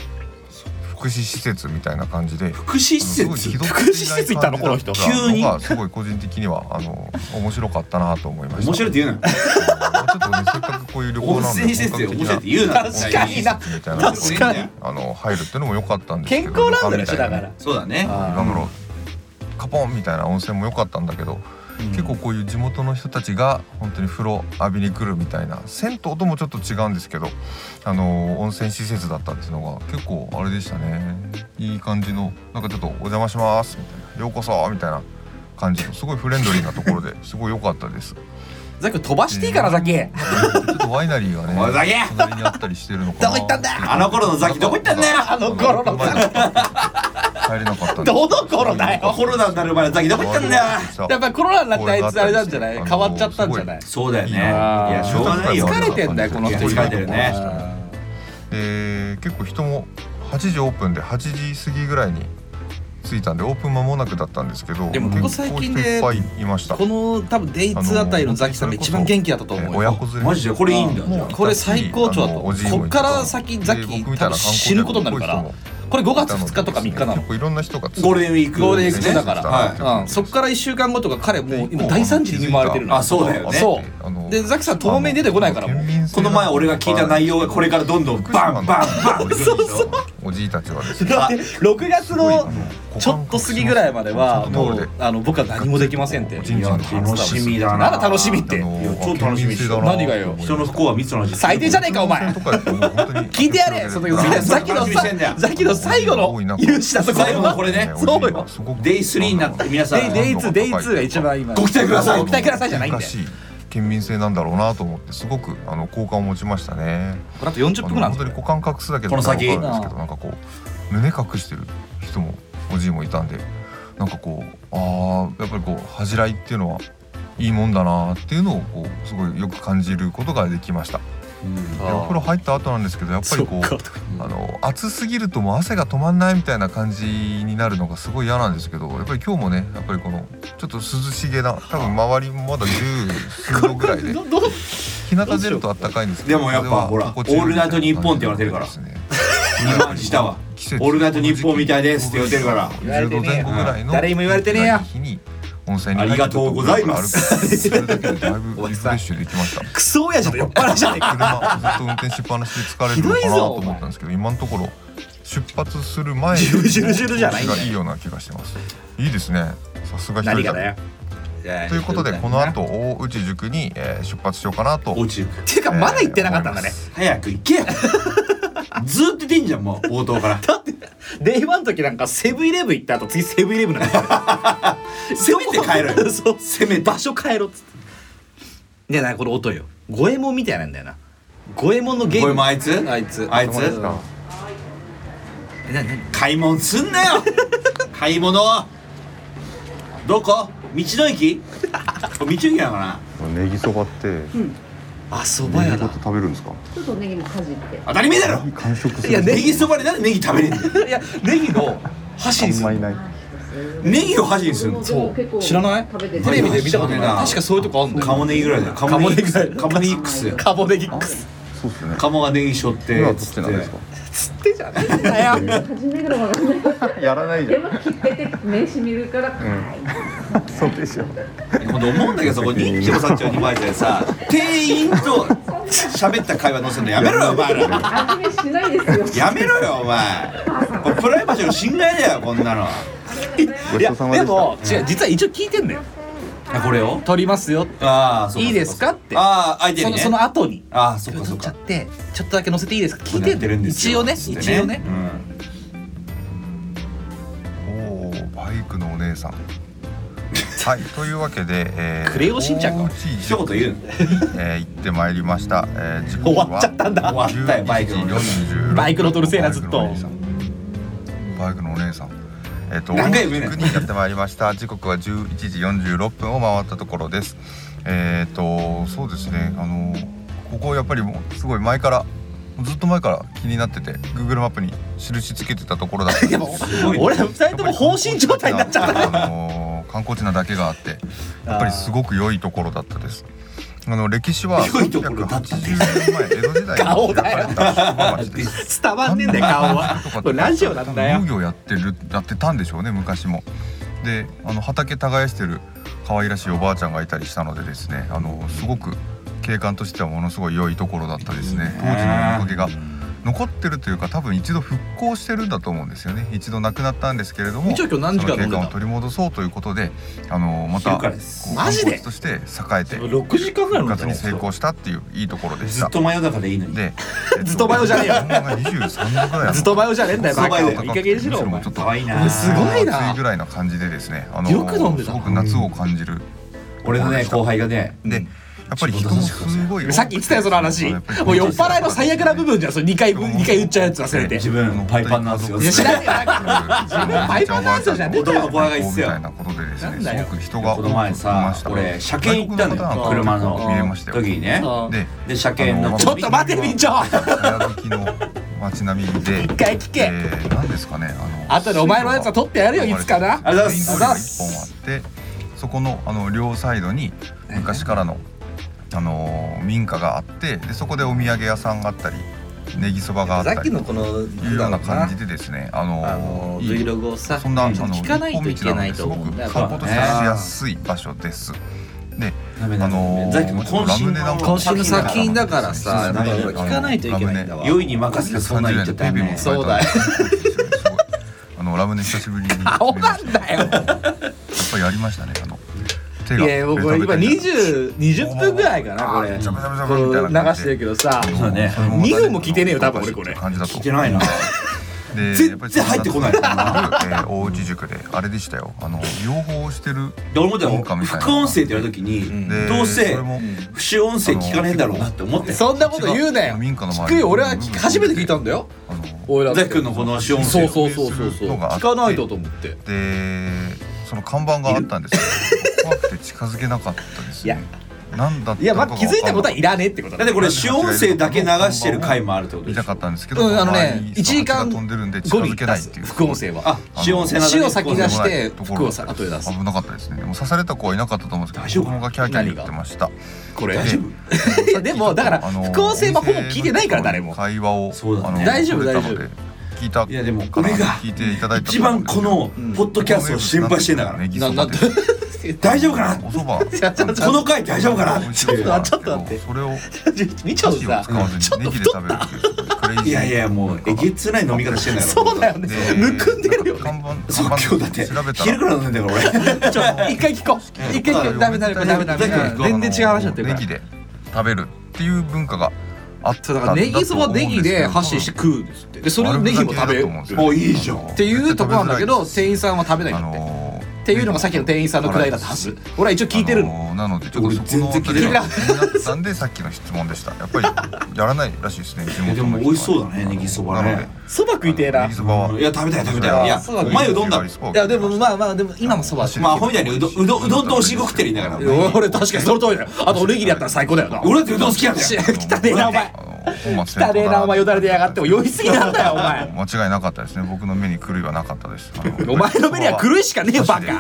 Speaker 1: 福祉施設みたいな感じで
Speaker 3: 福祉施設
Speaker 1: 福
Speaker 2: 福祉施設行ったのこの人
Speaker 1: 急
Speaker 3: 急
Speaker 1: に
Speaker 3: に
Speaker 1: すごい個人的にはあの面白かったなと思いました
Speaker 3: 面白いって言うな
Speaker 1: あのちょっとねせっかくこういう旅行な
Speaker 3: 温
Speaker 1: んで
Speaker 3: 泉施設で面白いって言うな
Speaker 2: 確かにな
Speaker 1: 本格的な施設みたいなところに
Speaker 2: 確かに
Speaker 1: あの入るっていうのも良かったんですけ
Speaker 2: 健
Speaker 1: ど
Speaker 2: 康なんだよだ
Speaker 1: な
Speaker 2: か
Speaker 1: ん
Speaker 2: ら
Speaker 3: そうだね
Speaker 2: あー
Speaker 1: だろうカポンみたいな温泉も良かったんだけど結構こういう地元の人たちが本当に風呂浴びに来るみたいな銭湯ともちょっと違うんですけどあのー温泉施設だったっていうのが結構あれでしたねいい感じのなんかちょっとお邪魔しますみたいなようこそみたいな感じのすごいフレンドリーなとこ ろですごい良かったです
Speaker 2: ザキ君飛ばしていいからザキ
Speaker 1: ちょっとワイナリーが
Speaker 3: おいザキ
Speaker 1: ね隣にあったりしてるのかな
Speaker 2: どこ行ったんだ
Speaker 1: ていう
Speaker 3: あの頃のザキどこ行ったんだよ
Speaker 2: あの頃のザ
Speaker 1: 帰れなかったんで
Speaker 2: どの頃だよ
Speaker 3: コロナになる前のザキどこ行ったんだよ
Speaker 2: やっぱりコロナになってあいつあれなんじゃない変わっちゃったんじゃない
Speaker 3: そうだよねい
Speaker 2: あー
Speaker 3: やしょうがないよ
Speaker 2: 疲れてんだよこの人
Speaker 3: 疲れてるね
Speaker 2: あ
Speaker 1: で結構人も8時オープンで8時過ぎぐらいに着いたんでオープン間もなくだったんですけど
Speaker 2: でもこ
Speaker 1: 結
Speaker 2: こ
Speaker 1: 構
Speaker 2: 最近
Speaker 1: 人い
Speaker 2: で
Speaker 1: っぱいいました
Speaker 2: ーこの多分デイツあたりのザキさんが一番元気だったと
Speaker 1: えー
Speaker 2: 思う
Speaker 1: 親
Speaker 2: よ
Speaker 1: 子連れ
Speaker 3: マジでこれいいんだ
Speaker 1: もう
Speaker 3: じゃあ
Speaker 2: これ最高潮だと
Speaker 1: あのおじいもいた
Speaker 2: こっから先ザキ
Speaker 1: で僕みたいな観光客
Speaker 2: 多分死ぬことになるから
Speaker 1: っぽい人も
Speaker 2: これ5月
Speaker 1: いたので
Speaker 2: 2日とか3日なの
Speaker 1: 結構いろんな人が
Speaker 3: ゴールデンウィーク
Speaker 2: ゴールデンウィーク
Speaker 1: ね
Speaker 2: だから、
Speaker 1: はい
Speaker 2: うん、そっから1週間後とか彼もう今
Speaker 1: もう
Speaker 2: 大惨事に見舞われてるの
Speaker 3: あそうだよね
Speaker 2: そ
Speaker 1: あの
Speaker 2: うでザキさん透明に出てこないからもう
Speaker 3: この前俺が聞いた内容がこれからどんどんバンバンバン
Speaker 1: そうそうおじいたちはですね
Speaker 2: だって6月
Speaker 1: あ
Speaker 2: の
Speaker 1: の
Speaker 2: ちょっと過ぎぐらいまでは
Speaker 1: 股
Speaker 2: も
Speaker 1: 間隠しの
Speaker 2: うあの僕は何もできませんって
Speaker 1: おちんちんの
Speaker 2: 言ってた
Speaker 1: 楽
Speaker 3: しみだな
Speaker 2: なら楽しみって
Speaker 1: あの
Speaker 3: いや超楽しみで
Speaker 1: 県民性
Speaker 3: すよ
Speaker 1: だな
Speaker 2: 何がよ
Speaker 3: 人の不幸は密の味
Speaker 2: 最低じゃねえかお前
Speaker 1: とかですよもう本当に
Speaker 2: 聞いてやれその時
Speaker 3: みんな
Speaker 2: ザキの
Speaker 3: 楽しみにしてんだ
Speaker 2: さ
Speaker 3: よ
Speaker 2: ザキの最後の勇士だそこ
Speaker 3: 最後のこれね
Speaker 2: そうよ
Speaker 3: デイ3になって皆さん
Speaker 2: デイデイツーデイツーが一番今
Speaker 3: ご期待ください
Speaker 2: ご期待くださいじゃないん
Speaker 1: 難
Speaker 2: で
Speaker 1: しい県民性なんだろうなと思ってすごくあの好感を持ちましたね。
Speaker 2: これあと40分ぐらいあ
Speaker 1: 本当
Speaker 2: る
Speaker 1: に
Speaker 2: んで
Speaker 1: 股間隠すだけで
Speaker 3: この先
Speaker 1: わかるんですけどなんかこう胸隠してる人もおじいもいたんでなんかこうああやっぱりこう恥じらいっていうのはいいもんだなっていうのをこうすごいよく感じることができました。でお風呂入った後なんですけどやっぱりこう
Speaker 2: そっか
Speaker 1: あの暑すぎるともう汗が止まんないみたいな感じになるのがすごい嫌なんですけどやっぱり今日もねやっぱりこのちょっと涼しげな多分周りもまだ10数度ぐら いで
Speaker 2: どど
Speaker 1: 日向出ると暖かいんですけど
Speaker 3: でもやっぱほら
Speaker 1: 心地よい
Speaker 3: オールナイトニッポンって言われてるから
Speaker 1: ですね
Speaker 3: 2万したわ
Speaker 1: 季節
Speaker 3: オールナイトニッポンみたいですって言ってるから
Speaker 2: 言われ
Speaker 1: 10
Speaker 2: て
Speaker 1: 度
Speaker 2: ね
Speaker 1: 前
Speaker 2: えよ
Speaker 1: 後ぐらいの
Speaker 2: 誰にも言われてねえよ
Speaker 1: 日に温泉に入って
Speaker 3: ありがとうございます
Speaker 1: ちょっと歩くそれだけでだいぶリフレッシュできました
Speaker 2: クソ親父の酔っ払いじゃねえか
Speaker 1: 車ずっと運転しっぱなしで疲れるのかなと思ったんですけど今のところ出発する前に
Speaker 2: ジュルジュルジュルじゃないんだよ
Speaker 1: いいような気がしてますいいですねさすが一
Speaker 2: 何
Speaker 1: 人
Speaker 2: がだよ
Speaker 1: ということでこの後大内塾に、えー出発しようかなと
Speaker 3: 落ちる
Speaker 2: っていうかまだ行ってなかったんだね、
Speaker 3: 早く行け よずーっと出んじゃんもう冒頭から
Speaker 2: デイワンの時なんかセブンイレブン行った後次セブンイレブンなんだ
Speaker 3: せめて帰ろ よ
Speaker 2: そう
Speaker 3: せめて
Speaker 2: 場所変えろっつってじゃないこれ音よ五右衛門みたいなんだよな五右衛門のゲー
Speaker 3: これ
Speaker 2: ム
Speaker 3: もあいつ
Speaker 4: あいつ
Speaker 3: あいつ
Speaker 1: 頭ですか
Speaker 2: えな何
Speaker 3: 買い物すんなよ買い物どこ道の駅これ道の駅なのかな
Speaker 1: ネギそばって
Speaker 2: あそば
Speaker 1: ネ
Speaker 2: 屋
Speaker 1: ギご
Speaker 2: だ
Speaker 1: と食べるんですか
Speaker 5: ちょっとネギもかじって。
Speaker 3: 当たり前だろ
Speaker 1: 完食する
Speaker 2: いやネ
Speaker 3: ネ
Speaker 2: ギ
Speaker 3: ギそばになんでネギ 食べれんの
Speaker 2: いやネギの箸
Speaker 1: あ
Speaker 2: に
Speaker 1: ん
Speaker 2: す
Speaker 1: ま
Speaker 2: る
Speaker 1: いない
Speaker 3: ネギを箸にするの
Speaker 2: そう知らない
Speaker 5: 食べてる
Speaker 2: テレビで見たこと
Speaker 3: 知らねえ
Speaker 2: ない
Speaker 3: な
Speaker 2: 確かそういうとこあんだよ
Speaker 3: カモネギぐらいだよカモネギカ
Speaker 2: カ
Speaker 3: モ
Speaker 2: モ
Speaker 3: ネ
Speaker 2: ネ
Speaker 3: ギ
Speaker 2: ギぐらい
Speaker 3: ックス
Speaker 2: カモネギックス
Speaker 1: そうですね
Speaker 3: カモがネギしょって
Speaker 1: 今はどっちなんですか
Speaker 2: つってじゃねえんだよ
Speaker 5: 初めからわかんない。
Speaker 1: やらないじ
Speaker 5: で
Speaker 1: ゃん
Speaker 5: も切ってて名刺見るから。
Speaker 1: そうでしょ
Speaker 3: 今度思うんだけどそこ人気おさんちゃんに前でさ店員と喋った会話載せるのやめろよお前ら
Speaker 5: 味見しないですよ。
Speaker 3: やめろよお前これプライバシーの侵害だよこんなの
Speaker 1: ご
Speaker 2: い
Speaker 1: ちそ
Speaker 2: や
Speaker 1: うさまでし
Speaker 2: で
Speaker 1: た
Speaker 2: も違う実は一応聞いてんだよ
Speaker 3: これを
Speaker 2: 撮りますよ
Speaker 3: ああそう
Speaker 2: いいですかって
Speaker 3: ああ相手
Speaker 2: そ
Speaker 3: に
Speaker 2: の
Speaker 3: ね
Speaker 2: その後に
Speaker 3: ああそっか
Speaker 2: 撮
Speaker 3: そ
Speaker 2: っ
Speaker 3: っ
Speaker 2: ちゃ
Speaker 3: か
Speaker 2: ってちょっとだけ載せていいですか聞いてんだよ一応ね
Speaker 3: つって
Speaker 2: 一応ね
Speaker 1: おおバイクのお姉さんはいというわけで、えー、
Speaker 2: クレヨンしんちゃんか
Speaker 1: 大内
Speaker 3: うん
Speaker 1: 一
Speaker 3: 一
Speaker 1: 族
Speaker 3: 言言う
Speaker 1: えー、行ってまいりました、えー、時刻
Speaker 2: 終
Speaker 1: は
Speaker 2: わっちゃったんだ
Speaker 3: 終わったよバイク
Speaker 1: 12
Speaker 3: の
Speaker 1: 時46
Speaker 2: バイクの音うるせえなずっと
Speaker 1: バイクのお姉さんえっ、と
Speaker 3: 何回も言うね
Speaker 1: 大地区にやってまいりました時刻は11時46分を回ったところですえっ、とそうですねあのここやっぱりもうすごい前からずっと前から気になってて Google マップに印つけてたところだったん
Speaker 2: いや
Speaker 1: です
Speaker 2: もう俺ら二人とも放心状態になっちゃった
Speaker 1: た。あのー観光地なだけがあって、やっぱりすごく良いところだったです。あの歴史は
Speaker 3: 良いところだった
Speaker 1: 380年前江戸時代 に
Speaker 2: 顔だよ
Speaker 1: 開かれた宿場町です。
Speaker 2: 伝わんねえんだよ顔はこれラジオなんだよ
Speaker 1: 農業やってるやってたんでしょうね昔も。であの畑耕してる可愛らしいおばあちゃんがいたりしたのでですねあのすごく景観としてはものすごい良いところだったですね当時の面影が残ってるというか多分一度復興してるんだと思うんですよね一度なくなったんですけれども
Speaker 2: みちょきょ何時
Speaker 1: その
Speaker 2: 間
Speaker 1: 景
Speaker 2: 飲んで
Speaker 1: 観を
Speaker 2: た
Speaker 1: 取り戻そうということであのまた
Speaker 3: 昼からです
Speaker 1: こう
Speaker 2: マジ
Speaker 1: 観
Speaker 2: で
Speaker 1: 光地として栄えて復
Speaker 2: 6時間ぐらい飲んで
Speaker 1: 活
Speaker 2: た
Speaker 1: に
Speaker 2: の
Speaker 1: 成功したっていういいところでし
Speaker 3: ずったと真夜中でいいのに
Speaker 1: で
Speaker 2: ずっと前じゃねえよ
Speaker 1: えっと気温が23度ぐらいあ
Speaker 2: ずっと前じゃねえんだよ
Speaker 3: ずっ
Speaker 2: バ
Speaker 3: と
Speaker 2: カ
Speaker 3: 前だよ
Speaker 2: いい加減にしろお前
Speaker 1: ちょっと
Speaker 3: 可愛い
Speaker 2: お前
Speaker 3: な
Speaker 2: すごいな
Speaker 1: 暑いぐらいな感じでですねあの
Speaker 2: よく飲んでた
Speaker 1: す
Speaker 2: な
Speaker 1: ごく夏を感じる
Speaker 3: 俺のね後輩がね
Speaker 1: でやっぱり人もすごい
Speaker 2: さっき言ってたよその話もう酔っ払いの最悪な部分じゃんそれ2回分二回言っちゃうやつ忘れて
Speaker 3: 自分パイパンなんですよ
Speaker 2: いや知らねえよ
Speaker 1: パ
Speaker 2: イパンダンスじゃねえんだ
Speaker 3: よ男の子がいっ
Speaker 1: み
Speaker 3: すよ
Speaker 1: たいなことでですね
Speaker 2: なんだよ
Speaker 1: すごく人が
Speaker 3: こ
Speaker 1: 多く
Speaker 3: の
Speaker 1: いま
Speaker 3: 前さ
Speaker 1: した
Speaker 3: 俺車検行ったの
Speaker 1: 外国
Speaker 3: よ
Speaker 1: 方
Speaker 3: 車
Speaker 1: なんか見れま
Speaker 3: の
Speaker 1: したよ
Speaker 3: 時にね
Speaker 2: うん
Speaker 1: で
Speaker 3: で車検の
Speaker 2: ちょっと待てみちょ
Speaker 1: 早歩きの街並みで
Speaker 2: 一回聞け
Speaker 1: えー何ですかねあの
Speaker 2: 後でお前のやつは取ってやるよいつかな
Speaker 3: ありがとうございます
Speaker 1: レインボールが一本あってそこのあの両サイドに昔からの、あのー民家があってでそこでお土産屋さんがあったりネギそばがあっ
Speaker 2: さ
Speaker 1: た
Speaker 2: っき
Speaker 1: り
Speaker 2: のこの
Speaker 1: というような感じでですねあのー
Speaker 2: あの
Speaker 1: いい
Speaker 2: Vlog をさ
Speaker 1: そんなあの
Speaker 2: 聞かないといけないと思うんだ
Speaker 1: 一
Speaker 2: か
Speaker 1: 本道なのですごく観光としてし
Speaker 2: ら
Speaker 1: やすい場所です。で
Speaker 3: ダメだ
Speaker 1: あのー
Speaker 3: ザキ君渾身の
Speaker 1: ラムネ
Speaker 2: 渾身の作品だからさ
Speaker 3: だから
Speaker 2: やっぱ聞かないといけないんだわ
Speaker 3: 酔いに任せてそんなん言っちゃダメ
Speaker 2: そうだよ
Speaker 1: あのラムネ久しぶりに
Speaker 2: 顔なんだよ
Speaker 1: やっぱりありましたね。あの手
Speaker 2: いやもうこれ今20 20分ぐらいかなこれ
Speaker 1: ベ
Speaker 2: こ
Speaker 1: タベタベタベタみたいな
Speaker 2: れ
Speaker 1: 感じで
Speaker 2: 流してるけどさ
Speaker 3: そうだね
Speaker 2: 二分も聞いてねえよ多分俺これ
Speaker 1: 感じだと
Speaker 3: 聞いてないな
Speaker 1: で
Speaker 3: 全然入ってこない
Speaker 1: やっぱりその中でえー大内塾であれでしたよあの両方してる
Speaker 3: で俺もだ
Speaker 1: 文
Speaker 3: よ
Speaker 1: 化みたいな
Speaker 3: 副音声ってやるとき
Speaker 2: ん
Speaker 3: に
Speaker 1: で
Speaker 3: どうせ
Speaker 1: それも
Speaker 3: 不主音声聞かねえんだろうなって思って
Speaker 2: そんなこと言うなよ
Speaker 1: うちが民家の周
Speaker 2: 聞
Speaker 1: り
Speaker 2: くよ俺は聞初めて聞いたんだよ
Speaker 1: あの
Speaker 2: 俺ら
Speaker 3: ザキ君のこの主音
Speaker 2: そ
Speaker 3: 声
Speaker 2: うそうそうそうそう聞かないとと思って
Speaker 1: でその看板があったん ですけど怖くて近づけなかったですねなんだったのか
Speaker 2: いやまあ気づいたことはいらねえってことだ
Speaker 3: だってこれ主音声だけ流してる回もあるってこと
Speaker 1: 見た
Speaker 3: でし
Speaker 1: か
Speaker 3: ょ
Speaker 1: ったんですけど、
Speaker 2: うんあの
Speaker 1: 周り
Speaker 2: ね
Speaker 1: に
Speaker 2: 1時間
Speaker 1: 蜂が飛んでるんで近
Speaker 2: 後に
Speaker 1: づけ
Speaker 2: 出
Speaker 1: ないっ
Speaker 2: す
Speaker 1: ていう
Speaker 2: 副音声は
Speaker 3: あ主音声なんだ
Speaker 2: 死を先に出して
Speaker 1: とこ
Speaker 2: 服
Speaker 1: ろ
Speaker 2: をさ後で出す
Speaker 1: 危なかったですねでも刺された子はいなかったと思うんですけど
Speaker 3: 大丈夫
Speaker 1: 子供がキャーキャー言ってました
Speaker 2: これ
Speaker 1: 大丈夫
Speaker 2: い やでもだから
Speaker 1: あの
Speaker 2: 副音声はほぼ聞いてないから誰
Speaker 1: お
Speaker 2: も
Speaker 1: 店の会話を
Speaker 3: そうだね
Speaker 1: あの
Speaker 2: 大丈夫
Speaker 1: 取れたので
Speaker 2: 大丈
Speaker 1: 聞いた
Speaker 3: いやでも
Speaker 1: から
Speaker 3: 俺が
Speaker 1: 聞いていただいた
Speaker 3: 一番このポッドキャストを心配してんだから
Speaker 1: ネギ
Speaker 2: な
Speaker 1: そ
Speaker 2: な
Speaker 1: ば
Speaker 2: ん
Speaker 1: で
Speaker 2: て
Speaker 1: す
Speaker 3: 大丈夫かな
Speaker 1: おそば
Speaker 2: いやちょっと
Speaker 3: この回大丈夫かな
Speaker 2: ちょっと待ってちょっと待って
Speaker 1: それを
Speaker 2: みちょ
Speaker 1: 箸を
Speaker 2: さ
Speaker 1: 使わず
Speaker 2: ちょっ
Speaker 1: に
Speaker 2: と
Speaker 1: ネギで
Speaker 2: 太
Speaker 1: 食
Speaker 2: っ
Speaker 1: べるっていうすごいクレイジー
Speaker 3: いやいやもうえげつない飲み方してんだ
Speaker 2: た
Speaker 3: から
Speaker 2: そうだよねむくんでるよ
Speaker 1: 看板
Speaker 3: そう
Speaker 1: 看板
Speaker 3: 今日だって
Speaker 1: 調べた
Speaker 3: 昼から飲んでるから俺
Speaker 2: ちょ一回聞こう一回聞こうダメダメダメダメダメ全然違う話になってるか
Speaker 1: ネ
Speaker 2: ら
Speaker 1: ギで食べるっていう文化があった
Speaker 2: そうだからネギそばネギで箸して食うんですってでそれをネギも食べる
Speaker 1: べ
Speaker 3: もういいじゃん
Speaker 2: っていうとこなんだけど店員さんは食べない
Speaker 1: あ
Speaker 2: んだって
Speaker 1: の
Speaker 2: っていうのがさっきの店員さんのくだりだったはず俺は一応聞いてるの、
Speaker 6: あーなのでちょっとそこの
Speaker 3: 俺全然聞いてなか
Speaker 6: 気になったんでさっきの質問でしたやっぱりやらないらしいですね地元の
Speaker 3: いやで
Speaker 6: 人は
Speaker 3: も美味しそうだねネギそば
Speaker 6: なの
Speaker 3: ね
Speaker 6: で
Speaker 2: そば食いてえ
Speaker 6: あのネ
Speaker 2: ない
Speaker 6: ギそばはい
Speaker 3: や食べたい食べたいいや
Speaker 2: そうだね
Speaker 3: うまいうどんだ
Speaker 6: い
Speaker 2: やでもまあまあでも今もそば
Speaker 6: 走る
Speaker 3: まあアホみたいにうどうどうどんとおしんこ食ってるんだから
Speaker 2: いや俺確かにその通りだよあとおにぎりやったら最高だよな
Speaker 3: 俺だってうどん好きなんだ
Speaker 2: し
Speaker 3: よ
Speaker 2: 汚ねえなお前
Speaker 6: あの本末
Speaker 2: 汚ねえなお前よだれでやがっておい酔い
Speaker 6: す
Speaker 2: すぎなんだよお前
Speaker 6: 間違いなかったですね僕の目に狂いはなかったですあ
Speaker 2: お前の目には狂いしかねえよバカ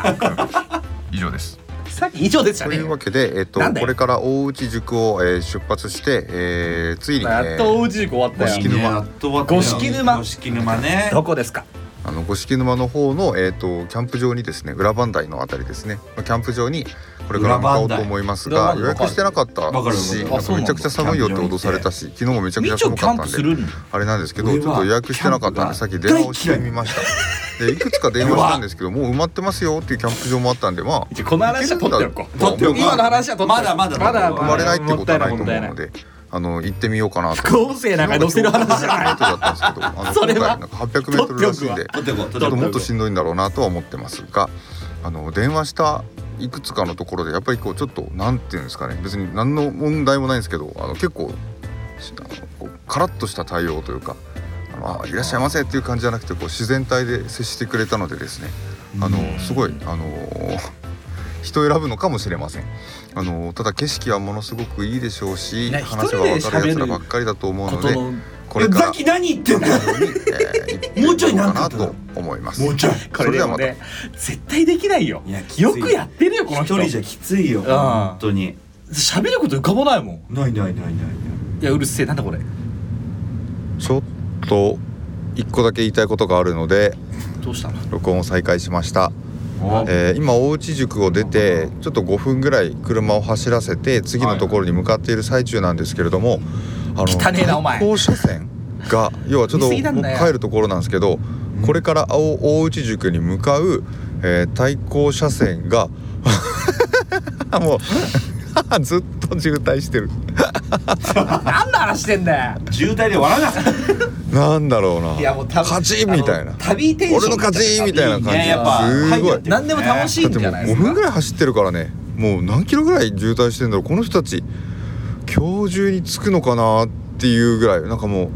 Speaker 6: 以上です
Speaker 2: さっき以上でした
Speaker 1: と
Speaker 2: ね
Speaker 1: いうわけで、えっと、
Speaker 2: なんだよ
Speaker 1: これから大内塾を、えー出発して、えーついに、え
Speaker 2: やっと
Speaker 1: ー
Speaker 2: 大事故終わっ
Speaker 1: 五
Speaker 2: た
Speaker 1: 色
Speaker 2: よ
Speaker 1: 沼
Speaker 3: ねやっと終わったよ
Speaker 2: 五色沼
Speaker 3: 五色沼ね
Speaker 2: どこですか
Speaker 1: あの五色沼の方の、えっと、キャンプ場にですね裏磐梯のあたりですねまあキャンプ場にこれから向かおうと思います
Speaker 2: 裏磐
Speaker 1: が
Speaker 2: 梯
Speaker 1: 予約してなかった
Speaker 3: わかるわか
Speaker 1: し
Speaker 3: る
Speaker 1: なんかめちゃくちゃ寒いよって
Speaker 3: あそうなんだ
Speaker 1: 脅されたし昨日もめちゃくち
Speaker 2: み
Speaker 1: ゃ
Speaker 2: ちょ
Speaker 1: 寒
Speaker 2: キ
Speaker 1: か
Speaker 2: ャ
Speaker 1: っ
Speaker 2: ン
Speaker 1: た
Speaker 2: プ
Speaker 1: ん
Speaker 2: す
Speaker 1: で
Speaker 2: るの
Speaker 1: あれなんですけど
Speaker 3: 俺は
Speaker 1: ちょっと予約してなかったんでさっき電話をしてみましたでいくつか電話したんですけどもう埋まってますよっていうキャンプ場もあったんでまあ
Speaker 2: じゃこの話は取っておこう
Speaker 3: 取っておこう
Speaker 2: 今の話は取っておこう
Speaker 3: まだまだ
Speaker 2: まだ
Speaker 1: 生まれないって
Speaker 2: も
Speaker 1: こと
Speaker 2: った
Speaker 1: はいない
Speaker 2: な
Speaker 1: いと思
Speaker 2: もっ
Speaker 1: う
Speaker 2: たいない
Speaker 1: ので、あの行ってみようかなと。
Speaker 2: 副音声なんかに載せる話じゃない
Speaker 1: 800メートルだったんですけど、あの
Speaker 2: それ
Speaker 1: 今回
Speaker 2: は
Speaker 1: なんか800メートルらしいんで、
Speaker 3: 取ってこう取
Speaker 1: ちょっと
Speaker 3: こ
Speaker 1: もっ
Speaker 3: う
Speaker 1: としんどいんだろうなとは思ってますが、あの電話したいくつかのところでやっぱりこうちょっとなんていうんですかね、別に何の問題もないんですけど、あの結構しあのこうカラッとした対応というか。あのあいらっしゃいませっていう感じじゃなくてこう自然体で接してくれたのでですねあのすごいあの 人を選ぶのかもしれませんあのただ景色はものすごくいいでしょうし
Speaker 2: ね
Speaker 1: 話が分かるやつらばっかりだと思うのでこれから
Speaker 3: ザキ何言ってんだよ
Speaker 1: えー
Speaker 3: もうちょいな
Speaker 1: 行
Speaker 3: んかあ
Speaker 1: こ
Speaker 3: った
Speaker 1: う
Speaker 3: な
Speaker 1: かなと思います
Speaker 3: もうちょい
Speaker 2: これでも
Speaker 1: それで
Speaker 2: ね絶対できないよ
Speaker 3: いやきつい
Speaker 2: よくやってるよこの
Speaker 3: 一
Speaker 2: 人
Speaker 3: 人じゃきついよ
Speaker 2: ん
Speaker 3: 本当に
Speaker 2: 喋ること浮かばないもん
Speaker 3: ないないないないない
Speaker 2: いやうるせえなんだこれ
Speaker 1: ちょっと一個だけ言いたいことがあるので
Speaker 2: ど うしたの
Speaker 1: 録音を再開しました、
Speaker 3: お
Speaker 1: えー今大内塾を出てちょっと5分ぐらい車を走らせて次のところに向かっている最中なんですけれども、
Speaker 2: 汚
Speaker 1: あの
Speaker 2: ねえなお前
Speaker 1: 対向車線が要はちょっと
Speaker 2: 見過ぎなん
Speaker 1: もう
Speaker 2: だよ
Speaker 1: 帰るところなんですけどこれから青大内塾に向かう、えー対向車線が もう ずっと渋滞してる
Speaker 2: 何の話してんだよ
Speaker 3: 渋滞で笑わなかっ
Speaker 1: なんだろうない
Speaker 2: やもうた
Speaker 1: カチンみたいな
Speaker 2: あの旅テンション
Speaker 1: 俺の勝ちみたいな
Speaker 3: たい
Speaker 1: 感
Speaker 3: や
Speaker 1: じ
Speaker 3: やっぱ
Speaker 1: すごい
Speaker 2: 何でも楽しいんじゃ
Speaker 1: だ
Speaker 2: な
Speaker 1: っ
Speaker 2: い
Speaker 1: て
Speaker 2: で
Speaker 1: もう
Speaker 2: す
Speaker 1: 5分ぐ
Speaker 2: か
Speaker 1: い
Speaker 2: ら
Speaker 1: 走ってるからねもう何キロぐらい渋滞してんだろうこの人たち今日中に着くのかなっていうぐらいなんかもう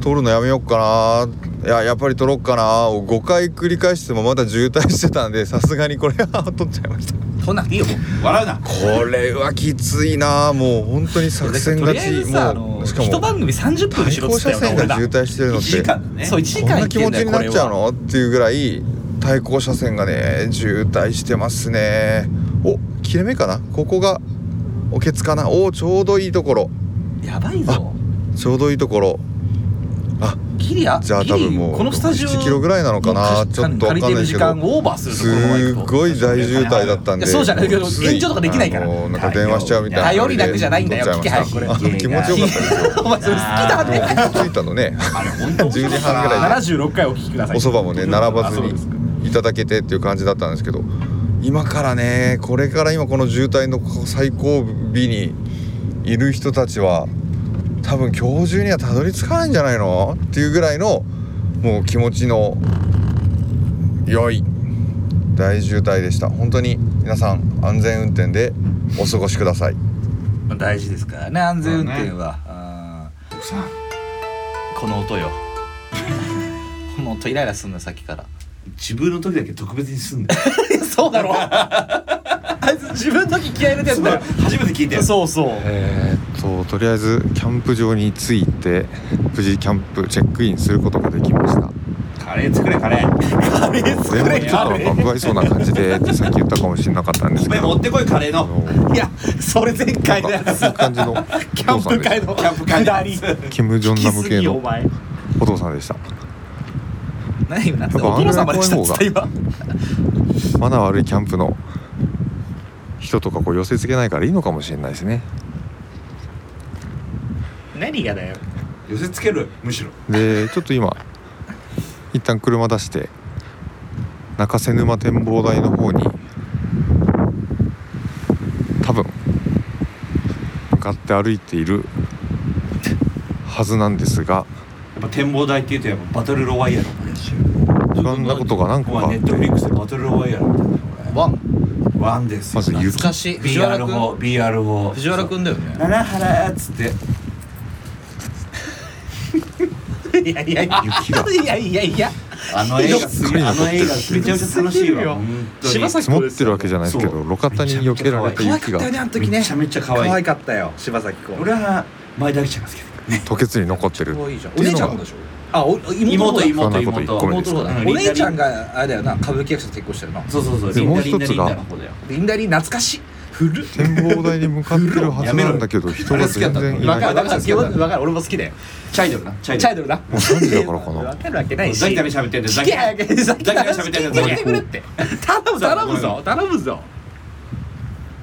Speaker 1: 撮るのやめようかないややっぱり撮ろうかなを5回繰り返してもまだ渋滞してたんでさすがにこれは撮っちゃいました
Speaker 2: そんなんいいよもう
Speaker 3: た笑うな
Speaker 1: これはきついなもう本当に作戦
Speaker 2: と
Speaker 1: 勝
Speaker 2: りあえ
Speaker 1: ち
Speaker 2: ずさあの
Speaker 1: もうしか
Speaker 2: 一
Speaker 1: も
Speaker 2: 番組30分に
Speaker 1: 対
Speaker 2: しろっ
Speaker 1: 向
Speaker 2: つった
Speaker 1: 車
Speaker 2: よ
Speaker 1: 線
Speaker 2: な俺
Speaker 1: が
Speaker 2: ら
Speaker 1: 渋滞してるのっ
Speaker 3: 1時
Speaker 1: て
Speaker 3: 間だね
Speaker 2: そう1時
Speaker 1: こん
Speaker 2: 間行
Speaker 1: な
Speaker 2: っ
Speaker 1: 気
Speaker 2: て
Speaker 1: 持
Speaker 2: ん
Speaker 1: ち
Speaker 2: だよ
Speaker 1: に
Speaker 2: こ
Speaker 1: なっ
Speaker 2: れ
Speaker 1: ちゃう
Speaker 2: は
Speaker 1: のっていうぐらい対向車線がね渋滞してますねお切れ目かなここがおけつかなおちょうどいいところ
Speaker 2: やばいぞ
Speaker 1: ちょうどいいところあ
Speaker 2: ギリあ
Speaker 1: じゃあ
Speaker 2: ギリ
Speaker 1: 多分もう
Speaker 2: このスタジオ
Speaker 1: 1キロぐらいなのかなちょっとわかんないですけど
Speaker 2: 借りてる時間オーバーするぞこのまま
Speaker 1: す
Speaker 2: 行くと
Speaker 1: ごい大渋滞だったんで
Speaker 2: いやそうじゃないけど
Speaker 1: もうつ
Speaker 2: 延長とかできないから
Speaker 1: あのなんか電話しちゃうみたいな
Speaker 2: 頼りなくじゃないんだよ
Speaker 1: 撮っちゃいました
Speaker 2: 聞け早く
Speaker 1: あ気持ちよかっ たですよ
Speaker 2: お前それ好きだ
Speaker 1: 着
Speaker 2: ね
Speaker 1: いたのね
Speaker 3: あれ本当
Speaker 1: 10
Speaker 3: 面白かったな
Speaker 1: 時半ぐらい
Speaker 2: 七十六回お聞きください。
Speaker 1: お蕎麦もね並ばず
Speaker 2: あそうですか
Speaker 1: にいただけてっていう感じだったんですけど今からねこれから今この渋滞の最後尾にいる人たちは多分今日中にはたどり着かないんじゃないのっていうぐらいのもう気持ちの良い大渋滞でした本当に皆さん安全運転でお過ごしください
Speaker 2: まあ大事ですからね安全運転は。あ
Speaker 3: 奥さん
Speaker 2: ーこの 音よ。この音イライラすんのさっきから。
Speaker 3: 自分の時だけ特別にすんだよ
Speaker 2: そう だろ。あいつ自分の時気合い入れてんだよ。
Speaker 3: 初めて聞いたよ
Speaker 2: そうそう。
Speaker 1: えーっととりあえずキャンプ場に着いて無事キャンプチェックインすることができました
Speaker 3: カレー作れカレー
Speaker 2: カレー
Speaker 1: 全
Speaker 2: 作れ
Speaker 1: 部ちょっ
Speaker 2: カ
Speaker 1: となん
Speaker 2: レ
Speaker 1: か不愛想な感じでってさっき言ったかもしれなかったんです
Speaker 3: お
Speaker 1: け
Speaker 3: 前
Speaker 1: ど
Speaker 3: 持ってこいカレー
Speaker 1: あ
Speaker 3: の
Speaker 1: の
Speaker 2: ー。いやそれ前回のやつ。
Speaker 1: いい感じのお
Speaker 2: キャン
Speaker 1: 父さんで
Speaker 2: プ
Speaker 1: し
Speaker 2: 会
Speaker 1: た
Speaker 2: の
Speaker 3: キャンプ会
Speaker 2: 下り。
Speaker 1: キム・ジョンナ
Speaker 2: き
Speaker 1: ム
Speaker 2: す
Speaker 1: 系
Speaker 2: ぎよお
Speaker 1: の
Speaker 2: 前。
Speaker 1: お父さんでした
Speaker 2: 何今なんて
Speaker 1: やっぱ
Speaker 2: お殿様でしたっつった
Speaker 1: あん
Speaker 2: 今。
Speaker 1: マナー悪いキャンプの人とかこう寄せ付けないからいいのかもしれないですね
Speaker 2: 何がだよ。
Speaker 3: 寄せつけるむしろ
Speaker 1: でちょっと今一旦車出して中瀬沼展望台の方に多分向かって歩いているはずなんですが
Speaker 3: やっぱ展望台っていうとやっぱバトルロワイヤルの話
Speaker 1: ちょっろんなことがなんか
Speaker 3: ここはネットフリックスでバトルロワイヤルみたいなのが
Speaker 2: ワン
Speaker 3: ワンですよ
Speaker 1: まず雪
Speaker 2: 懐かしい藤原君
Speaker 3: BR5 BR5
Speaker 2: 藤原君だよね
Speaker 3: 奈良原っつって
Speaker 2: いやいやいや
Speaker 1: 雪が
Speaker 2: いやいやいや
Speaker 3: あの映画すげえあの映画めちゃめちゃ楽し
Speaker 2: ひ
Speaker 3: いわ
Speaker 2: どすぎるよ
Speaker 3: 本当に
Speaker 2: 柴咲
Speaker 1: 積もってるわけじゃないですけ
Speaker 3: そ
Speaker 1: ど路肩に避けられた
Speaker 2: 可愛
Speaker 1: 雪
Speaker 2: かっ
Speaker 1: が
Speaker 2: たよねあの時ね
Speaker 3: めちゃめちゃ可愛い
Speaker 2: かったよ柴咲コウ
Speaker 3: 俺は前田明ちゃんが好き
Speaker 1: 吐血に残ってる
Speaker 2: 可愛いじゃん
Speaker 1: って
Speaker 2: お
Speaker 1: いう
Speaker 2: 姉
Speaker 1: の
Speaker 2: ちゃ
Speaker 1: が
Speaker 2: んもでしょあお
Speaker 3: だ
Speaker 2: 妹妹
Speaker 3: 妹
Speaker 1: そ
Speaker 3: 妹
Speaker 1: んなこと一
Speaker 3: 妹
Speaker 1: 個も
Speaker 2: 妹
Speaker 1: で
Speaker 2: の方だ
Speaker 3: う
Speaker 2: お姉ちゃんがあれだよな歌舞伎役者と結婚してるな
Speaker 3: そうそうそう
Speaker 1: で
Speaker 3: リンダリン
Speaker 1: もう一
Speaker 3: ダ
Speaker 1: つ
Speaker 3: リンダ
Speaker 1: が
Speaker 3: リンの方だよ
Speaker 2: リンダリン懐かしい古っ
Speaker 1: 展望台に向かってるはずなんだけど人
Speaker 3: やめろ
Speaker 1: が
Speaker 3: よ
Speaker 1: 全然い
Speaker 2: わか
Speaker 1: な
Speaker 2: る
Speaker 1: い
Speaker 2: わかるわかる俺も好きだよ
Speaker 3: チャイドルなチ
Speaker 2: チャイドルなもう
Speaker 1: 3時だからかな
Speaker 2: わかるわけないし
Speaker 3: ザキダメ喋ってんだよ
Speaker 2: 聞
Speaker 3: ザ
Speaker 2: け
Speaker 3: キ
Speaker 2: 早くザキ
Speaker 3: ザキ
Speaker 2: ダ
Speaker 3: ダ
Speaker 2: メ
Speaker 3: メ
Speaker 2: 喋
Speaker 3: 喋
Speaker 2: っ
Speaker 3: っててんだよ
Speaker 2: んだ聞いてくれって頼む頼むぞ頼むぞ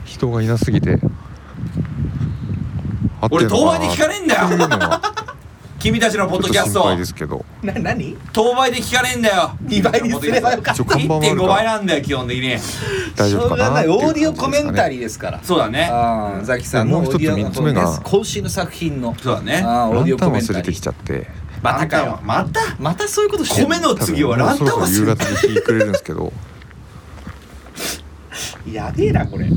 Speaker 1: 人がいなすぎて合って
Speaker 3: 俺
Speaker 1: んの
Speaker 3: 当
Speaker 1: か
Speaker 3: 倍で
Speaker 1: な
Speaker 3: 聞かねえんだよ
Speaker 1: っていうのは
Speaker 3: 君たちの
Speaker 1: ちょ
Speaker 3: ポ
Speaker 1: っ
Speaker 3: ッ
Speaker 1: と
Speaker 3: ドキャス
Speaker 1: 心
Speaker 3: ト
Speaker 1: 配ですけど
Speaker 2: な何
Speaker 3: 当倍で聞かねえんだよ
Speaker 2: 二倍にすればよかっ
Speaker 1: 一
Speaker 2: た
Speaker 1: 応看板はある
Speaker 3: 1.5
Speaker 1: か
Speaker 3: 倍
Speaker 1: ら
Speaker 3: なんだよ基本的に
Speaker 1: 大丈夫かなって
Speaker 2: し
Speaker 1: い
Speaker 2: ょう
Speaker 1: う
Speaker 2: がないオーディオコ
Speaker 1: 感
Speaker 2: メ
Speaker 1: じですかね
Speaker 2: ンタリーですから
Speaker 3: そうだね
Speaker 2: ああザキさんの
Speaker 1: もう一つ
Speaker 2: オーディオ
Speaker 1: 三つ目が
Speaker 2: 今週の作品の
Speaker 3: そうだね
Speaker 2: ああオーデ
Speaker 1: ラ
Speaker 2: ィオ
Speaker 1: ンタ
Speaker 2: コ
Speaker 1: ン
Speaker 2: メン
Speaker 1: 忘
Speaker 2: タリ
Speaker 1: れ
Speaker 2: ー
Speaker 1: てきちゃって
Speaker 2: またかよ
Speaker 3: また
Speaker 2: またそういうことしてん
Speaker 3: 米の次はランタン
Speaker 1: 多分もうそ
Speaker 3: 忘
Speaker 1: ろ
Speaker 3: れ
Speaker 1: そろ夕方に日暮れるんですけ ど
Speaker 2: やべえなこれ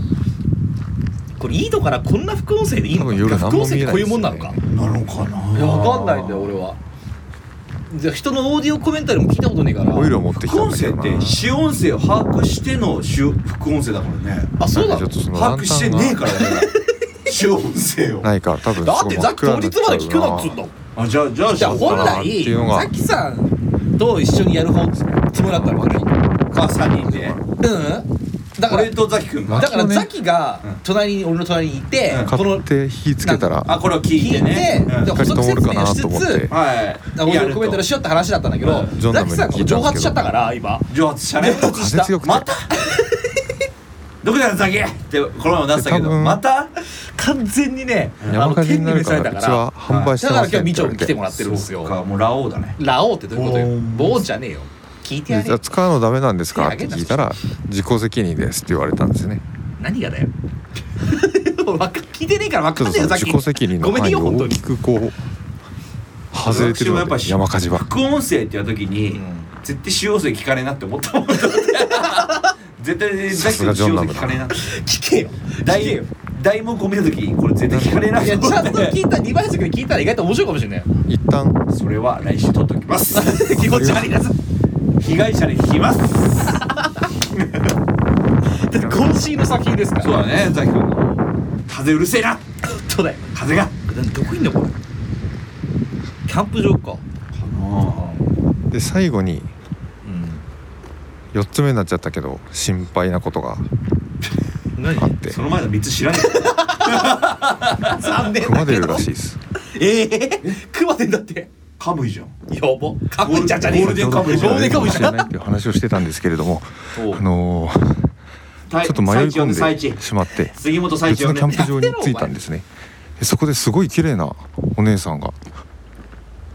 Speaker 2: これいいのかなこんな副音声でいいの
Speaker 1: 多分夜
Speaker 2: か
Speaker 1: 何
Speaker 2: 副
Speaker 1: も
Speaker 2: 音
Speaker 1: 見
Speaker 2: 声
Speaker 1: え
Speaker 2: って
Speaker 1: な
Speaker 2: こ
Speaker 1: いうですよ
Speaker 2: いう
Speaker 1: ね
Speaker 2: もんなのか
Speaker 3: なのかない
Speaker 2: いやわかんないんだよ俺はじゃあ人のオーディオコメンタリーも聞いたことねえから
Speaker 1: オイルを持ってき
Speaker 3: 副
Speaker 1: たん
Speaker 3: 音
Speaker 1: だけ
Speaker 3: 声
Speaker 1: ど
Speaker 3: っ
Speaker 1: な
Speaker 3: て主音声を把握しての主副音声だからね
Speaker 2: あそうだ
Speaker 1: ちょっとそのラ
Speaker 3: 把
Speaker 1: ン
Speaker 3: 握
Speaker 1: タ
Speaker 3: して
Speaker 1: ン
Speaker 3: ねえ
Speaker 1: が
Speaker 3: からね主音声を
Speaker 1: ないから多分
Speaker 2: だってザキ当日まで聞くなっつうんだもん
Speaker 3: あじゃあじゃあ
Speaker 2: じゃあ本
Speaker 1: なって
Speaker 2: 来
Speaker 1: いうのが
Speaker 2: ザキさんと一緒にやる方つもりだったのかな
Speaker 3: か3人で
Speaker 2: うんだから
Speaker 3: 俺とザキ君が
Speaker 2: だから
Speaker 1: ね
Speaker 2: ザキが
Speaker 3: うん
Speaker 2: 隣に俺の隣にいて
Speaker 3: うん
Speaker 2: こ
Speaker 1: 買
Speaker 2: の
Speaker 1: って火つけたら
Speaker 3: あこれを聞
Speaker 2: 聞
Speaker 3: い
Speaker 2: いて
Speaker 3: てねうん
Speaker 2: で補足説明をしつ
Speaker 1: 光って通る
Speaker 2: つ
Speaker 1: か
Speaker 3: はい
Speaker 2: オーデ
Speaker 3: や
Speaker 2: ィ
Speaker 3: る
Speaker 2: オ
Speaker 3: と
Speaker 2: コメンタリーしようって話だったんだけど
Speaker 3: うん
Speaker 1: ジョン
Speaker 2: ザ
Speaker 1: ダ
Speaker 2: キ
Speaker 1: ムに
Speaker 2: さん
Speaker 1: 聞い
Speaker 2: 蒸
Speaker 1: たんですけど
Speaker 2: 発しちゃったから今
Speaker 3: 蒸発 したね
Speaker 2: 蒸発
Speaker 1: 風強くて
Speaker 3: またどこだよザキってこの前も出したけ
Speaker 1: で多
Speaker 3: ど
Speaker 1: 分
Speaker 3: また
Speaker 2: 完全にねあ
Speaker 1: 山
Speaker 2: の
Speaker 1: 火事
Speaker 2: 天
Speaker 1: に
Speaker 2: に
Speaker 1: な
Speaker 2: 召
Speaker 1: る
Speaker 2: さ
Speaker 1: か
Speaker 2: れ
Speaker 1: ら
Speaker 2: た
Speaker 1: う
Speaker 2: か
Speaker 1: ち
Speaker 2: ら
Speaker 1: は販売して
Speaker 2: だか
Speaker 1: ま
Speaker 2: ら
Speaker 1: せ
Speaker 2: 今
Speaker 1: ん
Speaker 2: 日みちょん
Speaker 1: っ
Speaker 2: 来て
Speaker 1: て
Speaker 2: も
Speaker 1: 言わ
Speaker 2: らってるんです
Speaker 3: そ
Speaker 2: よ
Speaker 3: っかもうラオウだね
Speaker 2: ラオウってどういうこと
Speaker 1: ボー
Speaker 2: よ
Speaker 1: ン
Speaker 2: ボーじゃねえよ聞いてや
Speaker 1: れ
Speaker 2: れ
Speaker 1: てで使うのダメなんですかって聞いたら自己責任ですって言われたんですね
Speaker 2: 何がだよ わか聞いてねえからわ
Speaker 1: ち
Speaker 2: か
Speaker 1: ょ
Speaker 2: ん
Speaker 1: っ
Speaker 2: ねえ
Speaker 1: とその
Speaker 2: よザキ
Speaker 1: 自己責任
Speaker 2: ご
Speaker 1: の
Speaker 2: めん
Speaker 1: 範囲
Speaker 2: よ
Speaker 1: を
Speaker 2: 本当
Speaker 1: 大
Speaker 2: に
Speaker 1: きくこう外れてる
Speaker 3: 私もや
Speaker 1: の
Speaker 3: っぱ
Speaker 1: で山火事は
Speaker 3: 副音声ってやった時に、
Speaker 2: うん
Speaker 3: 絶対主要声聞かねえなって思ったもん 絶対ザ
Speaker 1: さ
Speaker 3: キ
Speaker 1: すが
Speaker 3: の
Speaker 1: ジ
Speaker 3: 主
Speaker 1: ョン
Speaker 3: 要
Speaker 1: ラ
Speaker 3: 声
Speaker 1: ムだ
Speaker 3: 聞かねえなって
Speaker 2: 聞けよ聞けよ
Speaker 3: 大大門込みの時にこれ絶対聞かねえないって
Speaker 2: や
Speaker 3: 思
Speaker 2: ちゃんと
Speaker 3: って
Speaker 2: 聞いた2倍速で聞いたら意外と面白いかも しれないよ
Speaker 1: 一旦
Speaker 3: それは来週取っておきます
Speaker 2: 気持ち悪いな
Speaker 3: 被害者に聞きます
Speaker 2: 渾身の作品ですから
Speaker 3: そうだねザキ君風うるせえな
Speaker 2: そうだよ
Speaker 3: 風が
Speaker 2: どこいんだこれキャンプ場か
Speaker 1: で最後に
Speaker 2: うん
Speaker 1: 4つ目になっちゃったけど心配なことが
Speaker 2: 何
Speaker 1: あって
Speaker 3: その前の3つ知らねえ
Speaker 2: 残念
Speaker 1: クマ
Speaker 2: だ
Speaker 1: 出
Speaker 2: け
Speaker 1: る
Speaker 2: ど
Speaker 1: らしいです
Speaker 2: ええ熊でんだって
Speaker 3: カムイじゃん
Speaker 2: やばかっこいいんじゃんじゃねえ
Speaker 3: ゴールデンカムイ
Speaker 2: ゴールデンカムイじゃん
Speaker 1: れないっていう話をしてたんですけれども
Speaker 2: おう
Speaker 1: あのー
Speaker 3: た
Speaker 1: ちょっと迷い込ん
Speaker 3: 最地呼
Speaker 1: でしまって
Speaker 3: 杉本最
Speaker 1: 別
Speaker 3: 地
Speaker 1: の
Speaker 3: 呼ん
Speaker 1: キ
Speaker 3: で
Speaker 1: ャンプ場に着いたんですねでそこですごい綺麗なお姉さんが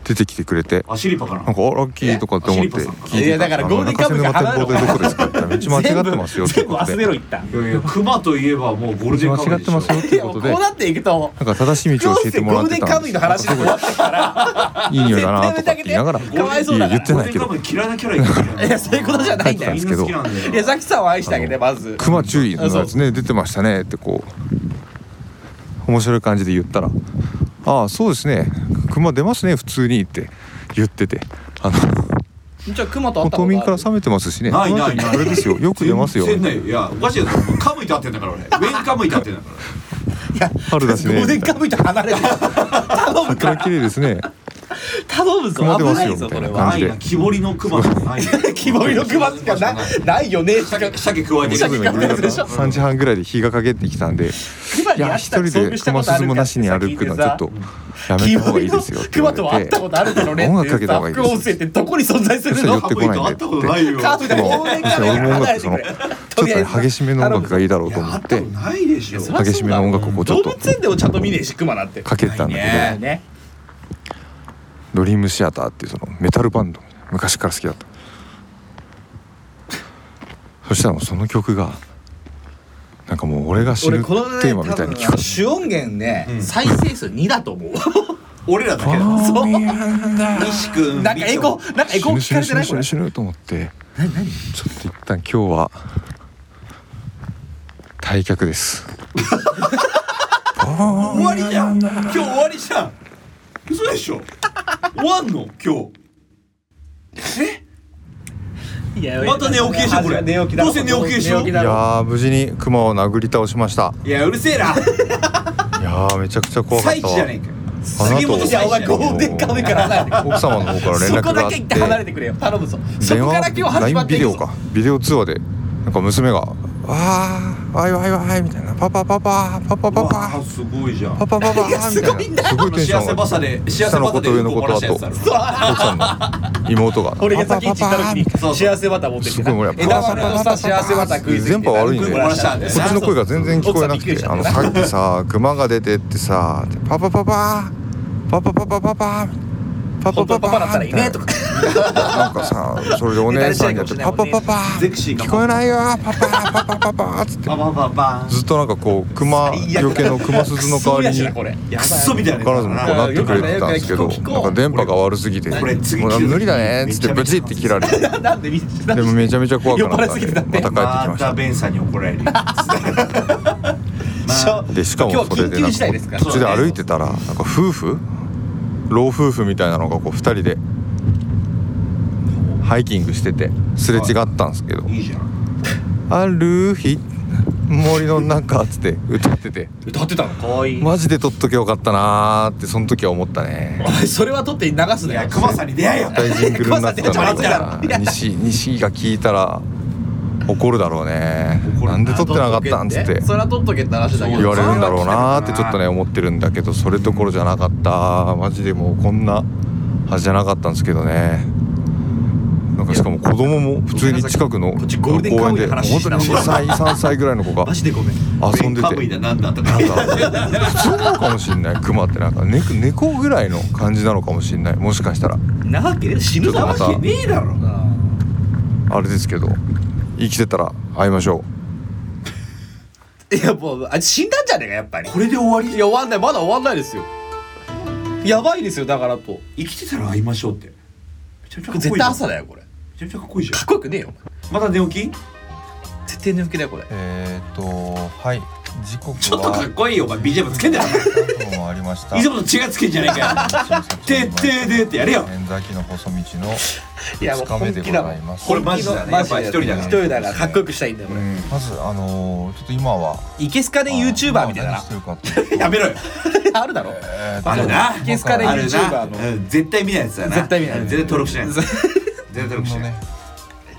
Speaker 1: 出てきてくれて
Speaker 3: アシリパか
Speaker 1: なん
Speaker 3: な
Speaker 1: かあラッキーとかって思って
Speaker 3: えアシリパさんか
Speaker 1: 聞い
Speaker 2: いや
Speaker 1: てた
Speaker 2: だから
Speaker 1: ら
Speaker 2: ゴールデンカムイが
Speaker 1: 中山展望台どこですかって言ったら道間違ってますよって
Speaker 2: 全部
Speaker 1: こ
Speaker 2: 全
Speaker 1: とで
Speaker 2: 部忘れろ言った
Speaker 3: いやいや熊といえばもうゴールデンカムイ
Speaker 1: 間違ってますよって
Speaker 2: い
Speaker 1: いう
Speaker 2: やも
Speaker 1: こと
Speaker 2: う
Speaker 1: で
Speaker 2: こうなっていくと
Speaker 1: なんか正しい道を教えてもらってたんですけど
Speaker 2: ゴールデンカムイの話で終わったから
Speaker 1: いい匂いだなとかって言いながら
Speaker 2: かわいそうだか
Speaker 1: 言
Speaker 2: ら
Speaker 1: って
Speaker 3: ゴー
Speaker 1: な
Speaker 3: ル
Speaker 1: い
Speaker 3: デ
Speaker 1: け
Speaker 3: ンカ
Speaker 1: ど
Speaker 3: ムイ嫌いなキャラいるから
Speaker 2: いやそういうことじゃないんだよ
Speaker 1: 入っ
Speaker 3: みん
Speaker 1: て
Speaker 3: な好きなんだよ
Speaker 2: いやザキさんを愛してあげてまず
Speaker 1: 熊注意のやつね出てましたねってこう面白い感じで言ったら「ああそうですね熊出ますね普通に」って言っててあの
Speaker 2: じゃあ熊と
Speaker 1: も
Speaker 2: 会
Speaker 1: う
Speaker 2: った
Speaker 1: 冬
Speaker 2: ことあ
Speaker 1: 眠
Speaker 2: る
Speaker 1: から冷めてますしね
Speaker 3: ないないない
Speaker 1: これですよよく出ますよ
Speaker 3: 全然ないいやおかしいよカムイと会ってんだから俺ウェンカムイと会ってんだか
Speaker 1: 春だしね
Speaker 2: ゴールデンカムイと離れる頼むから
Speaker 1: 桜綺麗ですね
Speaker 2: 頼むぞ
Speaker 1: 熊
Speaker 2: 危
Speaker 1: 出ます
Speaker 2: な
Speaker 1: よ
Speaker 2: いぞ
Speaker 1: みた
Speaker 2: こ
Speaker 1: い
Speaker 2: れ
Speaker 1: な
Speaker 3: ら
Speaker 1: 感
Speaker 2: は
Speaker 3: な
Speaker 1: じ
Speaker 3: い
Speaker 1: で
Speaker 3: な木彫りの熊しかない
Speaker 2: 木彫りの熊しかなないよねしか
Speaker 3: 鮭鮭食わねえ
Speaker 2: 鮭食わねえやつでしょ
Speaker 1: 3時半ぐらいで日が陰ってきたんで
Speaker 2: 熊
Speaker 1: い
Speaker 2: に
Speaker 1: や
Speaker 2: 会った
Speaker 1: 一
Speaker 2: り
Speaker 1: 人
Speaker 2: 遭遇
Speaker 1: で
Speaker 2: した
Speaker 1: 熊
Speaker 2: ことあ
Speaker 1: 鈴
Speaker 2: る
Speaker 1: も
Speaker 2: か
Speaker 1: なしに歩くのはちょっとやめ
Speaker 2: 木
Speaker 1: た方
Speaker 2: 彫
Speaker 1: がい
Speaker 2: り
Speaker 1: いで
Speaker 2: の
Speaker 1: すよって言わ
Speaker 2: 熊とは会
Speaker 1: れ
Speaker 2: ってたことあるけどね
Speaker 1: 音楽かけた方がいいです
Speaker 2: 副音声ってどこに存在する
Speaker 1: そしたら
Speaker 2: の
Speaker 1: 寄ってこないんでって
Speaker 3: カムイと会ったことないよ
Speaker 2: カーブでゴールデンカムイ
Speaker 1: 俺も
Speaker 2: から
Speaker 1: 音
Speaker 2: 離
Speaker 1: 楽
Speaker 2: れて
Speaker 1: そ
Speaker 2: く
Speaker 1: の
Speaker 2: れ
Speaker 1: ちょっとね激しめの音楽がいいだろうと思っ
Speaker 3: 会
Speaker 1: て
Speaker 3: ったことないでしょ
Speaker 2: いやそりゃそうだ
Speaker 1: 激しめの音楽をこうちょっ
Speaker 2: 動
Speaker 1: と
Speaker 2: 物園でもちゃんと見ねえし熊なんて
Speaker 1: かけてたんだけど
Speaker 2: ないね
Speaker 1: ドリームシアターっていうそのメタルバンド昔から好きだったそしたらもうその曲がなんかもう俺が知
Speaker 2: 俺
Speaker 1: る
Speaker 2: このね
Speaker 1: テーマみたいに聞こえ
Speaker 2: 主音源ね、
Speaker 3: うん
Speaker 2: 再生数2だと思う
Speaker 3: 俺らだけだ
Speaker 2: そう
Speaker 3: 西君
Speaker 2: なんかエコなんかエコー聞かれてないこれ
Speaker 7: 死ぬと思ってちょっと一旦今日は退却です
Speaker 3: 終わりじゃん今日終わりじゃん嘘でしょ終わんの今
Speaker 2: いや
Speaker 3: また寝起きでしょこれ
Speaker 2: 寝起きだ
Speaker 3: どうせ寝起きでしょ
Speaker 2: 寝起き
Speaker 7: い
Speaker 2: だろ
Speaker 7: やー無事にクマを殴り倒しました
Speaker 3: 日いやうるせえ ない
Speaker 7: やーめちゃくちゃ怖かっ
Speaker 3: 最
Speaker 7: た
Speaker 3: 期
Speaker 7: わ
Speaker 3: じゃねえかよ
Speaker 7: あ
Speaker 3: 杉本
Speaker 7: なた
Speaker 3: 最期
Speaker 2: い
Speaker 3: じゃ
Speaker 2: やお
Speaker 3: ね
Speaker 2: 前
Speaker 3: えか
Speaker 7: ご
Speaker 3: よ
Speaker 2: ゴーデンカメから離れて
Speaker 7: 奥様の方から連
Speaker 2: そこ
Speaker 7: 絡があ
Speaker 2: だ
Speaker 7: っ
Speaker 2: け一回離れ
Speaker 7: て
Speaker 2: てくれよ頼むぞそ
Speaker 7: 電
Speaker 2: こから
Speaker 7: 話
Speaker 2: 今日始ま
Speaker 7: LINE
Speaker 2: って
Speaker 7: ビ
Speaker 2: い
Speaker 7: デ
Speaker 2: く
Speaker 7: オ
Speaker 2: ぞ
Speaker 7: かビデオ通話でなんか娘が「あーわいわいわい」みたいな「パパパパパパパパ
Speaker 3: わあすごいじゃん
Speaker 7: パパパパ」みたいなすごい
Speaker 3: この
Speaker 7: テンション上が
Speaker 3: 幸せ
Speaker 7: って
Speaker 3: バサで幸せ
Speaker 7: 下の
Speaker 3: バ
Speaker 7: 子
Speaker 3: サで
Speaker 7: と上
Speaker 3: うん
Speaker 7: の
Speaker 3: こ
Speaker 7: 子
Speaker 3: 漏
Speaker 7: とあ
Speaker 3: らしたや
Speaker 7: と
Speaker 3: つだろ
Speaker 7: 奥さんの妹が
Speaker 2: 俺が先に行った時
Speaker 7: パパパパ
Speaker 3: そう
Speaker 2: に幸せ綿持ってき
Speaker 7: すごいもうや
Speaker 2: た
Speaker 7: っぱ
Speaker 2: 枝豆のさ幸せ綿食いついて
Speaker 7: 全部悪いね
Speaker 2: うんこ漏らしたんだよ
Speaker 7: こっちの声が全然聞こえなくて「あの
Speaker 2: 奥さんびっくりしちゃった
Speaker 7: さっきさクマが出てってさパパパパパパパパパパパ
Speaker 2: 本当はパパだったらいいねとか
Speaker 7: なんかさそれでお姉さんにやって「パパパパ
Speaker 3: ゼクシーか
Speaker 7: 聞こえないよパパパパパパ」っつって
Speaker 3: ババババ
Speaker 7: ずっとなんかこうクマよけのクマ鈴の代わりに
Speaker 2: クソやしなこれ
Speaker 3: ーンクソみたいな
Speaker 7: からずもこうなってくれてたんですけど
Speaker 2: よく聞こう
Speaker 7: なんか電波が悪すぎて「も
Speaker 3: これ次
Speaker 7: う無理だね」っつってブチって切られて。
Speaker 2: なんでみんな
Speaker 7: でもめちゃめちゃ怖くなったんで
Speaker 2: 酔っ払いすぎてだって
Speaker 7: また帰ってきま
Speaker 3: ま
Speaker 7: した
Speaker 3: ベンさんに怒られる
Speaker 2: しょ
Speaker 7: たでしかも
Speaker 2: 今
Speaker 7: そ
Speaker 2: 日
Speaker 7: れ
Speaker 2: は緊
Speaker 7: でな
Speaker 2: 急
Speaker 7: ん
Speaker 2: 事態です
Speaker 7: か
Speaker 2: か
Speaker 7: 途中で
Speaker 2: ら
Speaker 7: 歩いてたらなんか夫婦老夫婦みたいなのがこう2人でハイキングしててすれ違ったんですけど
Speaker 3: いいじゃん
Speaker 7: 「ある日森の中」っつって歌ってて
Speaker 2: 歌ってたのかわいい
Speaker 7: マジで撮っときゃよかったなーってその時は思ったね
Speaker 2: お前それは撮って流す
Speaker 3: い
Speaker 2: の
Speaker 3: や
Speaker 2: よ
Speaker 3: クマさんに出会えよ
Speaker 7: 大ジングルになってたの
Speaker 2: 熊さん出ちゃ
Speaker 7: が
Speaker 2: う
Speaker 7: 西西が聞いたら怒るだろうね
Speaker 3: 怒る
Speaker 7: なんで撮ってなかったんつって
Speaker 2: それは撮っとけって話だけど
Speaker 7: 言われるんだろうなーってちょっとね思ってるんだけどそれどころじゃなかったマジでもうこんなはずじゃなかったんですけどねなんかしかも子供も普通に近くの
Speaker 2: こ
Speaker 7: 公
Speaker 2: っちゴールデンカ
Speaker 7: 園
Speaker 2: ムイ
Speaker 7: で
Speaker 2: の
Speaker 7: 本
Speaker 2: 話
Speaker 7: 当に2歳3歳ぐらいの子が
Speaker 2: マジでごめん
Speaker 7: 遊んで
Speaker 3: カムイ
Speaker 7: て
Speaker 3: だなんだと
Speaker 7: な
Speaker 3: か
Speaker 7: んか普通なのかもしんないクマってなんか猫猫ぐらいの感じなのかもしんないもしかしたら
Speaker 2: なわけね死ぬ
Speaker 7: ちょっ
Speaker 2: ぞ
Speaker 7: とまた
Speaker 2: ねえだろ
Speaker 7: あれですけど生きてたら会いましょう。
Speaker 2: いやもうあ死んだんじゃねえかやっぱり
Speaker 3: これで終わり
Speaker 2: いや終わんないまだ終わんないですよやばいですよだからと
Speaker 3: 生きてたら会いましょうってめちゃめちゃかっこいい
Speaker 2: 絶
Speaker 3: じ
Speaker 2: 対
Speaker 3: ゃん
Speaker 2: 朝だよこれか
Speaker 3: めちゃめちゃかっこいいじゃ
Speaker 2: っこよくねえよ
Speaker 3: んまだ寝起き
Speaker 2: 絶対抜けだよこれ
Speaker 1: えー、っとはい時刻は
Speaker 3: ちょっとかっこいいよお前 BGM つけんだよ
Speaker 1: 3分もありました
Speaker 3: いつもと違うつけんじゃねえかよてってでってやれよ
Speaker 1: 円崎の細道の
Speaker 2: いやもう
Speaker 1: 2日目
Speaker 2: 本
Speaker 1: で
Speaker 2: 気
Speaker 1: ご
Speaker 2: だ
Speaker 1: ざ
Speaker 2: も
Speaker 1: い
Speaker 2: ん
Speaker 1: ます
Speaker 3: これマジだねやっぱ一人だ
Speaker 2: 一
Speaker 3: か
Speaker 2: 人だからかっこよくしたいんだよこれ、
Speaker 1: まずあのー、ちょっと今は
Speaker 2: イケスカで YouTuber みたい
Speaker 1: あー
Speaker 2: な
Speaker 1: 何してるかっていう
Speaker 3: らやめろよ
Speaker 2: なあるだろ
Speaker 1: とえーっと
Speaker 3: あるな
Speaker 2: イケスカで
Speaker 3: ある
Speaker 2: YouTuber
Speaker 3: な
Speaker 2: の
Speaker 3: うん絶対見ないやつだな
Speaker 2: 絶対見ない
Speaker 3: うん絶対登録しないやつ絶対登録し
Speaker 1: の
Speaker 3: ない
Speaker 1: ね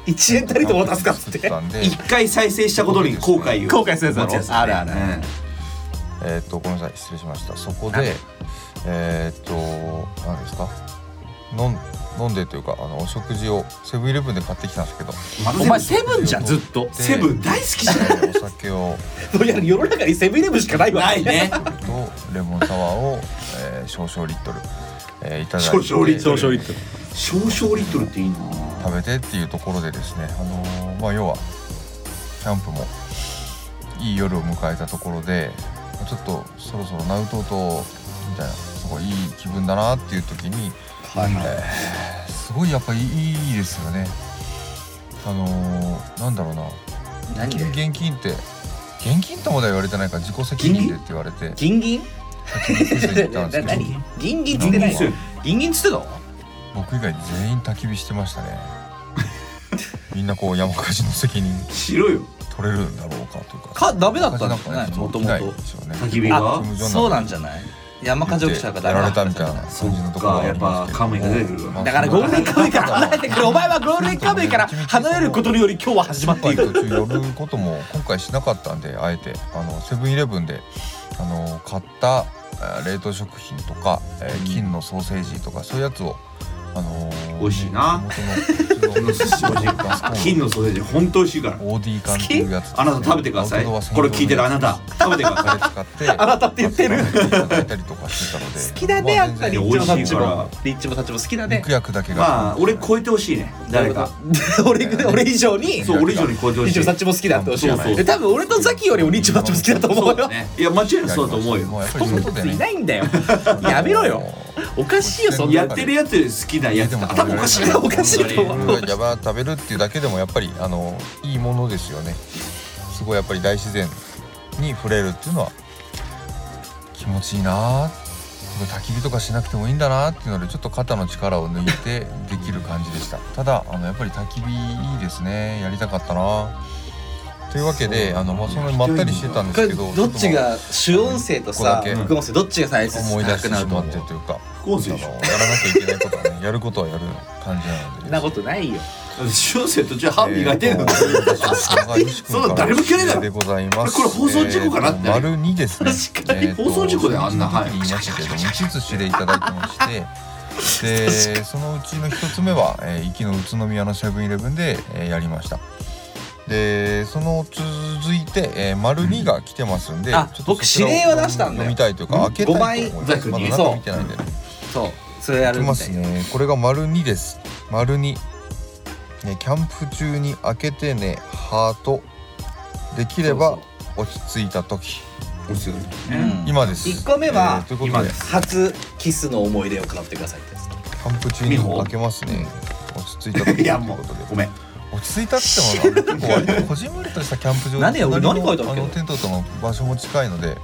Speaker 2: 1円たりとも渡すかっつっ
Speaker 1: 作
Speaker 2: て
Speaker 1: たんで
Speaker 3: 一回再生したことに後悔を
Speaker 2: 後悔するやつだろ
Speaker 3: 持つ
Speaker 2: あるあるある
Speaker 1: えーっとごめんなさい失礼しましたそこでえー、っと何ですか飲ん飲んでというかあのお食事をセブンイレブンで買ってきたんです けど
Speaker 2: お前セブンじゃんずっと
Speaker 1: で
Speaker 3: セブン大好きじゃん
Speaker 1: えーお酒を
Speaker 2: もういや世の中にセブンイレブンしかないわ
Speaker 3: ないね
Speaker 1: とレモンサワーを、えー、少々リットル、えー、いただいて
Speaker 3: 少々リットル
Speaker 1: 食
Speaker 2: リットル
Speaker 3: 少々リットルっていいの
Speaker 1: べてっていうところでですね、あのーまあ、要はキャンプもいい夜を迎えたところでちょっとそろそろナウトとみたいなすごいいい気分だなっていう時に、えーすごいやっぱりいいですよね。あのーなんだろうな
Speaker 2: 何で
Speaker 1: 現金って現金とまでは言われてないから自己責任でって言われて
Speaker 2: ギンギン
Speaker 1: 先に行ったん ですけど
Speaker 2: 何ギンギンっつってない
Speaker 3: ギンギンっすよ
Speaker 2: ギンギンっつってたの
Speaker 1: 僕以外全員焚き火してました ねみんなこう山火事の責任
Speaker 3: しろよ
Speaker 1: 取れるんだろうかというか
Speaker 2: かダメだったんじ
Speaker 1: な
Speaker 2: ゃ
Speaker 1: んか
Speaker 2: ない
Speaker 1: ね
Speaker 2: もとも
Speaker 1: ない
Speaker 2: と
Speaker 1: ですよね
Speaker 3: 焚き火が
Speaker 2: あそうなんじゃない山火事起きたからダメ
Speaker 1: やら
Speaker 2: だ
Speaker 1: れ
Speaker 2: った
Speaker 1: た
Speaker 2: ん
Speaker 1: み
Speaker 2: じ
Speaker 1: た
Speaker 2: ゃ
Speaker 1: い
Speaker 2: な
Speaker 1: ない感じのとこ
Speaker 3: そっかやっぱカムイが出てくるわ
Speaker 1: まあ
Speaker 2: だからゴールデンカムイから離れてくれお前はゴールデンカムイから離れることにより今日は始まっていく
Speaker 1: 今回途中寄ることも今回しなかったんであえてあのセブンイレブンであの買ったえー冷凍食品とか、えー金のソーセージとかそういうやつをあのー、
Speaker 3: 美味しいな
Speaker 1: 地元のうちのガスコンロ
Speaker 3: 金のソーセージ本当美味しいから
Speaker 1: オーディー缶っていうやつですね、
Speaker 3: あなた食べてくださいこれ聞いてるあなた食べてください
Speaker 1: 使って
Speaker 2: あなたって言って る
Speaker 1: いただいたりとかしてたので
Speaker 2: 好きだねやっぱりリッチも
Speaker 3: 美
Speaker 2: タ
Speaker 3: 味
Speaker 2: ッ
Speaker 3: し
Speaker 2: チ
Speaker 3: いから
Speaker 2: もリッチもタッチも好きだね
Speaker 1: 肉薬だけが
Speaker 3: まあ俺超えてほしいね誰か
Speaker 2: 俺俺以上に
Speaker 3: そう俺以上に超えてほ
Speaker 2: リッ
Speaker 3: し
Speaker 2: チ
Speaker 3: い
Speaker 2: もタッチも好きだってほしいよ
Speaker 3: そうそう
Speaker 2: で多分俺とザキよりもリッチもタッチも好きだと思
Speaker 3: そう
Speaker 2: うよ
Speaker 3: だねいや間違いなくそうだと思うよ
Speaker 1: もうやっぱり外で
Speaker 2: い
Speaker 1: ね
Speaker 2: ないんだよやめろよ
Speaker 1: もう
Speaker 2: おかしいよそんな
Speaker 3: や
Speaker 2: の
Speaker 3: ってるやつより好きなやつ
Speaker 1: でも
Speaker 2: 頭おかしいなおかしいと思う
Speaker 1: 自分が山食べるっていうだけでもやっぱりあのいいものですよねすごいやっぱり大自然に触れるっていうのは気持ちいいなあ焚き火とかしなくてもいいんだなあっていうのでちょっと肩の力を抜いてできる感じでしたただあのやっぱり焚き火いいですねやりたかったなあというわけであの、まあ、そのまったりしてたんで
Speaker 2: こ
Speaker 1: す
Speaker 2: れ
Speaker 1: けど
Speaker 2: どっち
Speaker 1: ょ
Speaker 2: が主音声と
Speaker 1: ここだ
Speaker 2: さ
Speaker 1: け
Speaker 2: 副音声どっちが大
Speaker 1: っと
Speaker 2: 切
Speaker 1: 思い出して
Speaker 2: な
Speaker 1: し
Speaker 2: くな
Speaker 1: まっ
Speaker 2: る
Speaker 1: て
Speaker 2: と思
Speaker 1: というか
Speaker 3: 副音声
Speaker 1: あ
Speaker 3: で
Speaker 1: のや
Speaker 3: しょ
Speaker 1: らなきゃいけないことはねやることはやる感じなので
Speaker 2: うそんなことないよ
Speaker 3: 主要生途中歯磨いてんの、そ
Speaker 1: そ
Speaker 3: んなの誰も聞かねえだろ
Speaker 1: でございます。
Speaker 3: これ放送事故かなって
Speaker 1: えー丸二ですね。
Speaker 3: 確かに放送事故だよあんな
Speaker 1: は。
Speaker 3: はいい
Speaker 1: 言いましたけど、三つ寿司でいただいてまして。でそのうちの一つ目は、えー、壱岐の宇都宮のセブンイレブンで、えーやりましたでその続いて、えー、丸二が来てますんで、
Speaker 2: あ
Speaker 1: ちょっと
Speaker 2: 僕
Speaker 1: そちらを
Speaker 2: 指令は出したんだよ
Speaker 1: 飲みたいというか開けたいと思います
Speaker 3: 五枚
Speaker 1: まだ
Speaker 2: ざっ
Speaker 1: 中
Speaker 2: くり
Speaker 1: 見てないんで
Speaker 2: そうそれや
Speaker 1: いき
Speaker 2: るみ
Speaker 1: ま
Speaker 2: たい
Speaker 1: すねこれが丸二です丸二ねキャンプ中に開けてねハートできれば落ち着いた時
Speaker 2: うん
Speaker 1: 今です
Speaker 2: 一個目は
Speaker 1: えーということで
Speaker 2: 初キスの思い出を語ってくださいってやつ
Speaker 1: キャンプ中に開けますね落ち着いた時
Speaker 3: いやも
Speaker 1: とい
Speaker 3: う
Speaker 1: うことで
Speaker 3: ごめん
Speaker 1: 落ち着いたってものは 結構割とこじんまりとしたキャンプ場
Speaker 2: 何や俺
Speaker 1: 隣の
Speaker 2: 何書いてあるっけ
Speaker 1: あのテントとの場所も近いので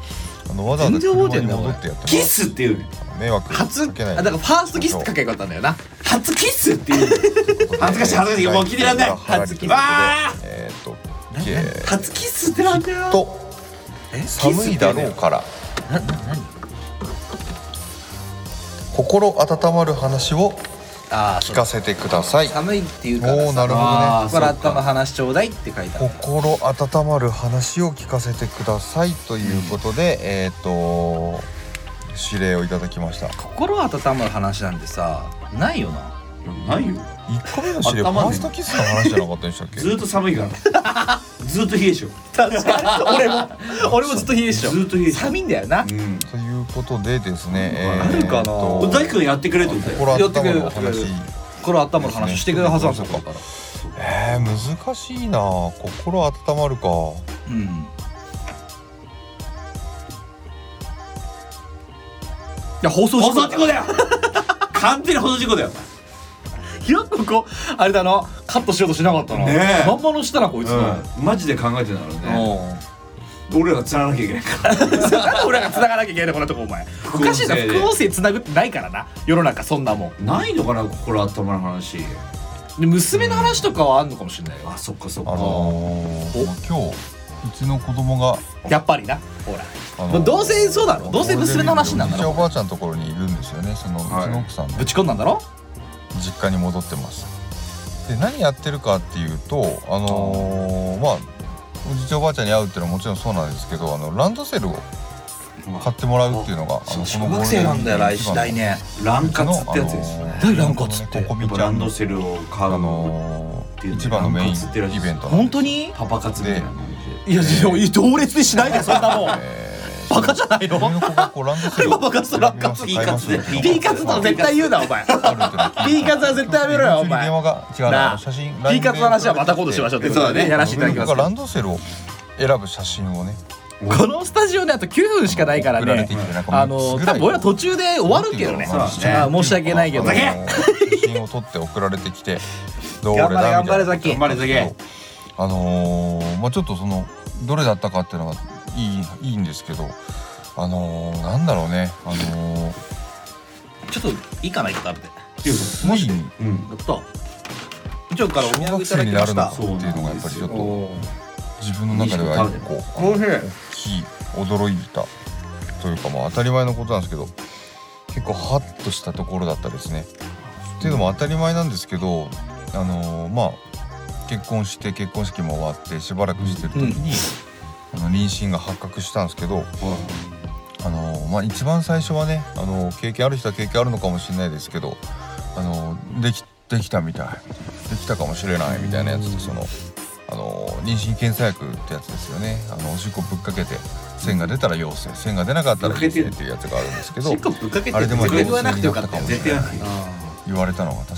Speaker 1: あのわざわざ
Speaker 2: 全然
Speaker 1: 車
Speaker 2: 覚え
Speaker 1: に
Speaker 2: てんな
Speaker 1: 戻ってやってます
Speaker 3: キスっていうね
Speaker 1: 迷惑か
Speaker 2: 初
Speaker 1: けない
Speaker 2: あだからファーストキスって書けばよかったんだよな
Speaker 3: 初キスっていう恥ずかしい恥ずかしいもう聞いてらんない
Speaker 1: 初キス
Speaker 3: わ
Speaker 1: えーっと
Speaker 2: 初キスってなんだよ
Speaker 1: と寒いだろうから心温まる話を
Speaker 2: ああ
Speaker 1: 聞かせてください
Speaker 2: 寒いっていうから
Speaker 1: おおなるほど
Speaker 2: あ
Speaker 1: ね
Speaker 2: ーそっか笑ったの話ちょうだいって書いてある
Speaker 1: 心温まる話を聞かせてくださいということで、えーっと指令をいただきました
Speaker 2: 心温まる話なんてさないよ な
Speaker 3: ないよ
Speaker 1: 1個目の指令フ
Speaker 3: 頭ね
Speaker 1: ァーストキスの話じゃなかったでしたっけ
Speaker 3: ずーっと寒いからずーっと冷えでしょ
Speaker 2: 確かに俺も 俺もずっと冷えでし
Speaker 3: ず
Speaker 2: ょ
Speaker 3: ーっと冷えでしょ
Speaker 2: 寒いんだよな
Speaker 3: うん
Speaker 1: ということでですね、
Speaker 2: あるかな
Speaker 1: えーっと
Speaker 3: これ大君やってくれって言ったよ
Speaker 1: 心温まる話
Speaker 2: 心温まる話してくれるはずなんですよ
Speaker 1: そうかえー、難しいな心温まるか
Speaker 2: うんいや放送
Speaker 3: 放
Speaker 2: 事故
Speaker 3: 送事故だよ 完全に放送事故だよ
Speaker 2: ひらっここあれだなカットしようとしなかったな
Speaker 3: ねえ
Speaker 2: まんまのしたなこいつの
Speaker 3: うんマジで考えてたのね
Speaker 2: おう
Speaker 3: 俺らがつながなきゃいけないから
Speaker 2: なんで俺らが繋がなきゃいけないのこんなとこお前おかしいな
Speaker 3: 副音声で
Speaker 2: 副音声繋ぐってないからな世の中そんなもん
Speaker 3: ないのかな心温まる話
Speaker 2: で娘の話とかはあんのかもしれないよ
Speaker 3: あそっかそっ
Speaker 1: あ
Speaker 3: か
Speaker 1: のー、まあ今日うちの子供が、
Speaker 2: やっぱりなほら
Speaker 1: あの
Speaker 2: もうどうせそうだろどうせ娘の話なんだ
Speaker 1: おじいちゃんお
Speaker 2: ろ
Speaker 1: ばあちゃんのところにいるんですよねそのうちの奥さんの
Speaker 2: ぶち込んだんだろ
Speaker 1: 実家に戻ってますで何やってるかっていうとあのーまあおじいちゃんおばあちゃんに会うっていうのはもちろんそうなんですけどあのランドセルを買ってもらうっていうのがあの
Speaker 2: 小
Speaker 1: このゴ
Speaker 2: 学
Speaker 1: ールデ
Speaker 2: 生
Speaker 1: ンウィーク
Speaker 2: なんだよ来
Speaker 1: 一番
Speaker 2: 年来年
Speaker 3: ラン
Speaker 1: うち
Speaker 3: カ
Speaker 1: の
Speaker 3: ツってやつですよね
Speaker 1: あのー
Speaker 2: 第何活って
Speaker 1: ここみちゃ
Speaker 3: ラ
Speaker 1: ん
Speaker 3: ン
Speaker 1: の
Speaker 3: ドセルを買う
Speaker 1: あ
Speaker 3: の
Speaker 1: のー一番のメインイベントなんです
Speaker 2: 本当に
Speaker 3: パパ活みたいな感
Speaker 2: いやいや同列にしないでそんなもんバカじゃないの
Speaker 1: 上の子がこうランドセル
Speaker 2: 今バカスとランカツ
Speaker 1: 買い
Speaker 2: P
Speaker 1: ま
Speaker 2: カ
Speaker 1: す
Speaker 2: ツ
Speaker 1: 買い
Speaker 2: で
Speaker 1: ます
Speaker 2: P カツだと絶対言うなお前 P カツは絶対やめろよお前
Speaker 1: 電話が違う
Speaker 2: な
Speaker 1: な
Speaker 2: あ
Speaker 1: 写真
Speaker 2: P カツの話はまた今度しましょうってことでねやらせていただきま
Speaker 1: ラ
Speaker 2: す
Speaker 1: ンドセルを選ぶ写真をね
Speaker 2: このスタジオねあと9分しかないから
Speaker 1: 送られ
Speaker 2: ね
Speaker 1: てきてなんか
Speaker 2: あ
Speaker 1: もう
Speaker 2: の
Speaker 1: すぐ
Speaker 2: 多
Speaker 1: らい
Speaker 2: 分俺ら途中で終わるけどね
Speaker 1: そうだね
Speaker 2: あ申し訳ないけど
Speaker 1: あの
Speaker 2: ね
Speaker 1: 写真を撮って送られてきてどう俺だみたいな
Speaker 2: 頑張れ頑張れザキ
Speaker 3: じ頑張れザキ
Speaker 1: あのーまあちょっとそのどれだったかっていうのがいいいいんですけどあのーなんだろうねあのー
Speaker 2: ちょっといいかな一回食べて
Speaker 1: ついに
Speaker 3: うん
Speaker 2: やった一応からお土
Speaker 1: 小学
Speaker 2: 産いただ
Speaker 1: 生
Speaker 2: き
Speaker 1: にな
Speaker 2: ま
Speaker 1: る
Speaker 2: し
Speaker 1: んだ
Speaker 2: た
Speaker 1: っていうのがやっぱりちょっと
Speaker 2: お
Speaker 1: 自分の中では結構
Speaker 2: おいしい
Speaker 1: 大きい驚いたというかまあ当たり前のことなんですけど結構ハッとしたところだったですね。っていうのも当たり前なんですけどあのーまあ結婚して結婚式も終わってしばらくしてる時に、あの妊娠が発覚したんですけど、あのーまあ、一番最初はね、あのー経験ある人は経験あるのかもしれないですけど、あのーできできたみたいできたかもしれないみたいなやつでその、あのー妊娠検査薬ってやつですよねあのおしっこぶっかけて線が出たら陽性線が出なかったら陰性っていうやつがあるんですけど
Speaker 2: 結構ぶっかけて
Speaker 1: あれでも
Speaker 2: 絶対言わなくてよかったよ
Speaker 1: 陽性
Speaker 2: 絶
Speaker 1: に
Speaker 2: 対
Speaker 1: な
Speaker 2: 言
Speaker 1: ったかもしれない言
Speaker 2: わ
Speaker 1: われたのが確か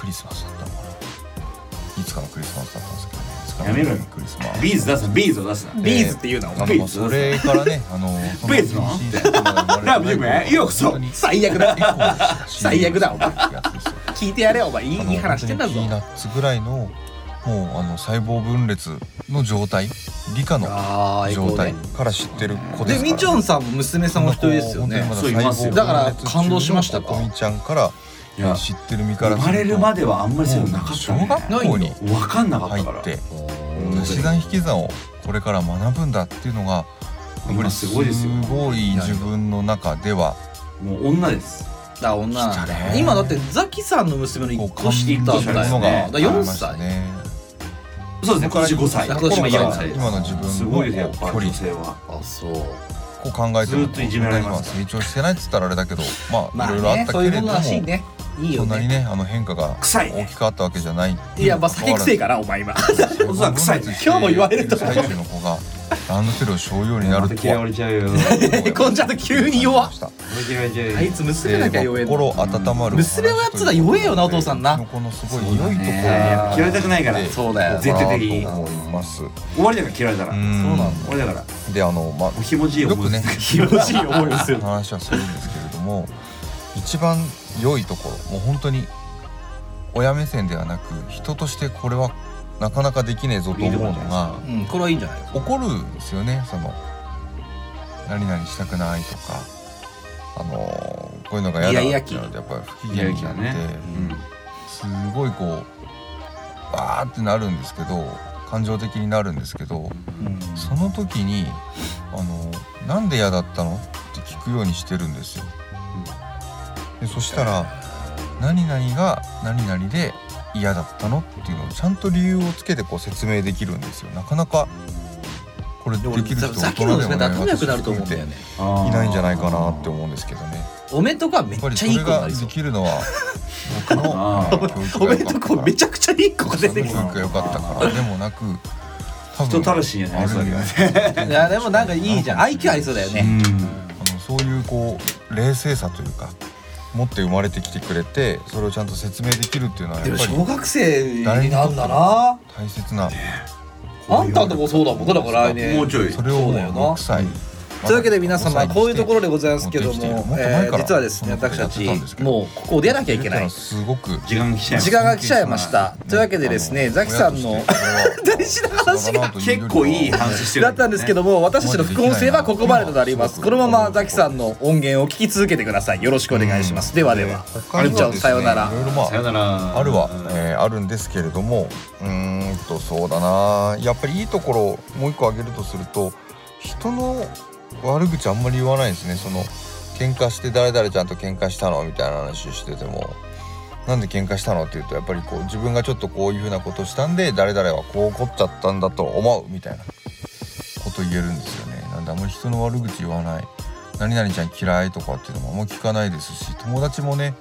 Speaker 1: クリスマスだったのかないつかのクリスマスだったんですけどいつですか
Speaker 3: やめろよ
Speaker 1: クリスマス
Speaker 3: ビーズ出すなビーズを出すな
Speaker 2: ビーズって言うなお
Speaker 1: あ
Speaker 2: 前
Speaker 3: ビー
Speaker 1: の
Speaker 3: ズ
Speaker 1: それから ね、あの、
Speaker 3: ビーズのラブジムへようこそ
Speaker 2: 最悪だ最悪だお前
Speaker 1: い
Speaker 2: 聞いてやれよお前いいいい
Speaker 1: い
Speaker 2: 話してんだぞ
Speaker 1: ピーナッツぐらいの、もうあの細胞分裂の状態、理科の
Speaker 2: あーエコーね
Speaker 1: 状態から知ってる子で
Speaker 2: です
Speaker 1: から、
Speaker 2: みちょんさんも娘さんお一人ですよね
Speaker 3: そういますよ
Speaker 2: だから感動しましたか
Speaker 1: こみちゃんから
Speaker 3: いや
Speaker 1: 知ってる身から
Speaker 3: 生まれるま
Speaker 1: で
Speaker 3: ではあんまりそういうのなかった
Speaker 1: 小
Speaker 3: ね
Speaker 1: 学校に
Speaker 3: 分かんなかっ
Speaker 1: 入
Speaker 3: たから
Speaker 1: って足し算引き算をこれから学ぶんだっていうのがやっぱ
Speaker 3: 今
Speaker 1: り
Speaker 3: すごいですよ
Speaker 1: すごい自分の中では
Speaker 3: もう女です
Speaker 2: だ女なん
Speaker 1: 来た
Speaker 2: だ
Speaker 1: ね
Speaker 2: 今だってザキさんの娘の一個下だった
Speaker 3: 一個下です
Speaker 2: よ
Speaker 3: ね
Speaker 2: ねだ4
Speaker 1: 歳
Speaker 2: 歳
Speaker 1: ね
Speaker 3: そうですね55歳
Speaker 2: 今年も
Speaker 1: 今
Speaker 2: 4
Speaker 1: の
Speaker 2: 歳です
Speaker 1: 今の自
Speaker 3: す
Speaker 1: 分
Speaker 3: ごいですよ
Speaker 1: の
Speaker 3: やっぱ
Speaker 1: 距
Speaker 3: り
Speaker 1: 離
Speaker 3: 女性は
Speaker 2: あそう
Speaker 1: こう考えても
Speaker 3: ずっといじめられます
Speaker 1: 今成長してないっつったらあれだけどまあ
Speaker 2: ま
Speaker 1: い
Speaker 2: あ
Speaker 1: ろいろあっ
Speaker 2: ね
Speaker 1: た
Speaker 2: そ
Speaker 1: け
Speaker 2: うい
Speaker 1: れ
Speaker 2: う
Speaker 1: ど
Speaker 2: も
Speaker 1: も
Speaker 2: のらしいねいい
Speaker 1: そ
Speaker 2: よ
Speaker 1: んなに
Speaker 2: ね
Speaker 1: ねあの変化が
Speaker 3: 臭いね
Speaker 1: 大きくあったわけじゃない
Speaker 2: いやまあ酒くせえからお前今
Speaker 3: おそらく臭いね
Speaker 2: 今日も言われると思う
Speaker 1: 最中の子がランドセルを背負うようになるとは
Speaker 3: れちゃうよ
Speaker 2: こんちゃんと急に弱っ
Speaker 3: 嫌われちゃう
Speaker 2: あいつ娘だけは弱えんだ
Speaker 1: 心温まる
Speaker 2: 娘のやつら弱えよなお父さんな
Speaker 1: このすごい良いところ
Speaker 3: 嫌われたくないから
Speaker 1: で
Speaker 2: そうだよ
Speaker 3: 絶対的に
Speaker 1: かなと思います
Speaker 3: 終わりだから嫌われたら
Speaker 1: そうな
Speaker 3: 俺だから
Speaker 1: であのまあ
Speaker 3: おひもじい
Speaker 1: よ
Speaker 3: 思
Speaker 1: く
Speaker 3: い
Speaker 1: ね
Speaker 3: です
Speaker 2: 広しい思いをする
Speaker 1: 話はするんですけれども一番良いところもう本当に親目線ではなく人としてこれはなかなかできねえぞと思うのが
Speaker 2: うんこれはいいんじゃない
Speaker 1: 怒るんですよねその何々したくないとかあのこういうのが嫌だ
Speaker 2: イヤイヤ
Speaker 1: って
Speaker 2: 期
Speaker 1: なるとやっぱり不機嫌になって、
Speaker 3: イヤイヤ期だ
Speaker 1: すごいこうわーってなるんですけど感情的になるんですけどその時に「あのなんで嫌だったの?」って聞くようにしてるんですよ。でそしたら「何々が何々で嫌だったの?」っていうのをちゃんと理由をつけてこう説明できるんですよ。なかなかこれできる人
Speaker 2: さっきの娘だと仲良くなると思うんだよ
Speaker 1: い
Speaker 2: ね
Speaker 1: ないんじゃないかなって思うんですけどね。
Speaker 2: おめとかめ
Speaker 1: や
Speaker 2: っ
Speaker 1: っぱりそ
Speaker 2: ちゃいい
Speaker 1: れ
Speaker 2: 子にな
Speaker 1: が
Speaker 2: りそ
Speaker 1: で
Speaker 2: う
Speaker 1: きるのは僕
Speaker 3: あ
Speaker 1: の教育
Speaker 2: お
Speaker 1: が
Speaker 2: め
Speaker 1: 良かったか
Speaker 2: とからめちゃくちゃいい子が出てく
Speaker 1: 僕
Speaker 2: る
Speaker 1: の教育が良かったからでもなく多
Speaker 3: 人
Speaker 1: 分
Speaker 3: たらしいんやね
Speaker 1: あるんだよね
Speaker 2: いやでもなんかいいじゃん IQ ありそうだよね
Speaker 1: あのそういうこう冷静さというか持って生まれてきてくれてそれをちゃんと説明できるっていうのは
Speaker 2: で
Speaker 1: や
Speaker 2: も
Speaker 1: っぱり
Speaker 2: 小学生になんだな
Speaker 1: 大切な
Speaker 2: あんたんとこそうだもん僕だから来年
Speaker 3: もうちょい
Speaker 1: それをもう6歳
Speaker 2: というわけで皆様こういうところでございますけども、え
Speaker 1: え
Speaker 2: ー実はですね私たちもうここを出なきゃいけない
Speaker 1: すごく
Speaker 3: 時間が来ちゃいます
Speaker 2: 時間が来ちゃいましたというわけでですねザキさんの 大事な話が
Speaker 3: 結構いい話してる
Speaker 2: だったんですけども私たちの副音声はここまでとなりますこのままザキさんの音源を聞き続けてくださいよろしくお願いします、ではでは、
Speaker 1: あ
Speaker 2: ありちゃんさようなら
Speaker 3: さよなら
Speaker 1: あるは、えーあるんですけれどもうーんとそうだなやっぱりいいところをもう一個挙げるとすると人の悪口あんまり言わないですねその喧嘩して誰々ちゃんと喧嘩したのみたいな話しててもなんで喧嘩したのって言うとやっぱりこう自分がちょっとこういうふうなことしたんで誰々はこう怒っちゃったんだと思うみたいなこと言えるんですよねなんであんまり人の悪口言わない何々ちゃん嫌いとかっていうのもあんま聞かないですし友達もね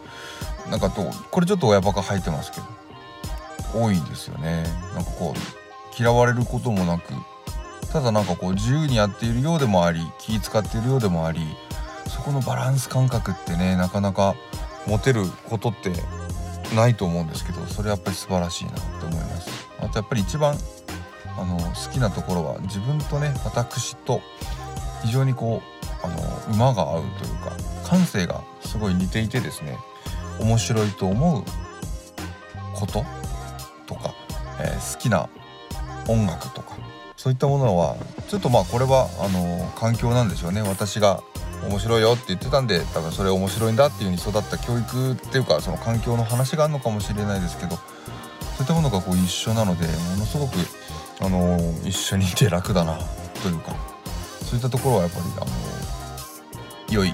Speaker 1: なんかとこれちょっと親バカ入ってますけど多いんですよねなんかこう嫌われることもなくただなんかこう自由にやっているようでもあり気使っているようでもありそこのバランス感覚ってねなかなか持てることってないと思うんですけどそれやっぱり素晴らしいなって思いますあとやっぱり一番あの好きなところは自分とね私と非常にこうあの馬が合うというか感性がすごい似ていてですね面白いと思うこととか、えー好きな音楽とかそういったものはちょっとまあこれはあの環境なんでしょうね私が面白いよって言ってたんで多分それ面白いんだっていう風に育った教育っていうかその環境の話があるのかもしれないですけどそういったものがこう一緒なのでものすごくあの一緒にいて楽だなというかそういったところはやっぱりあの良い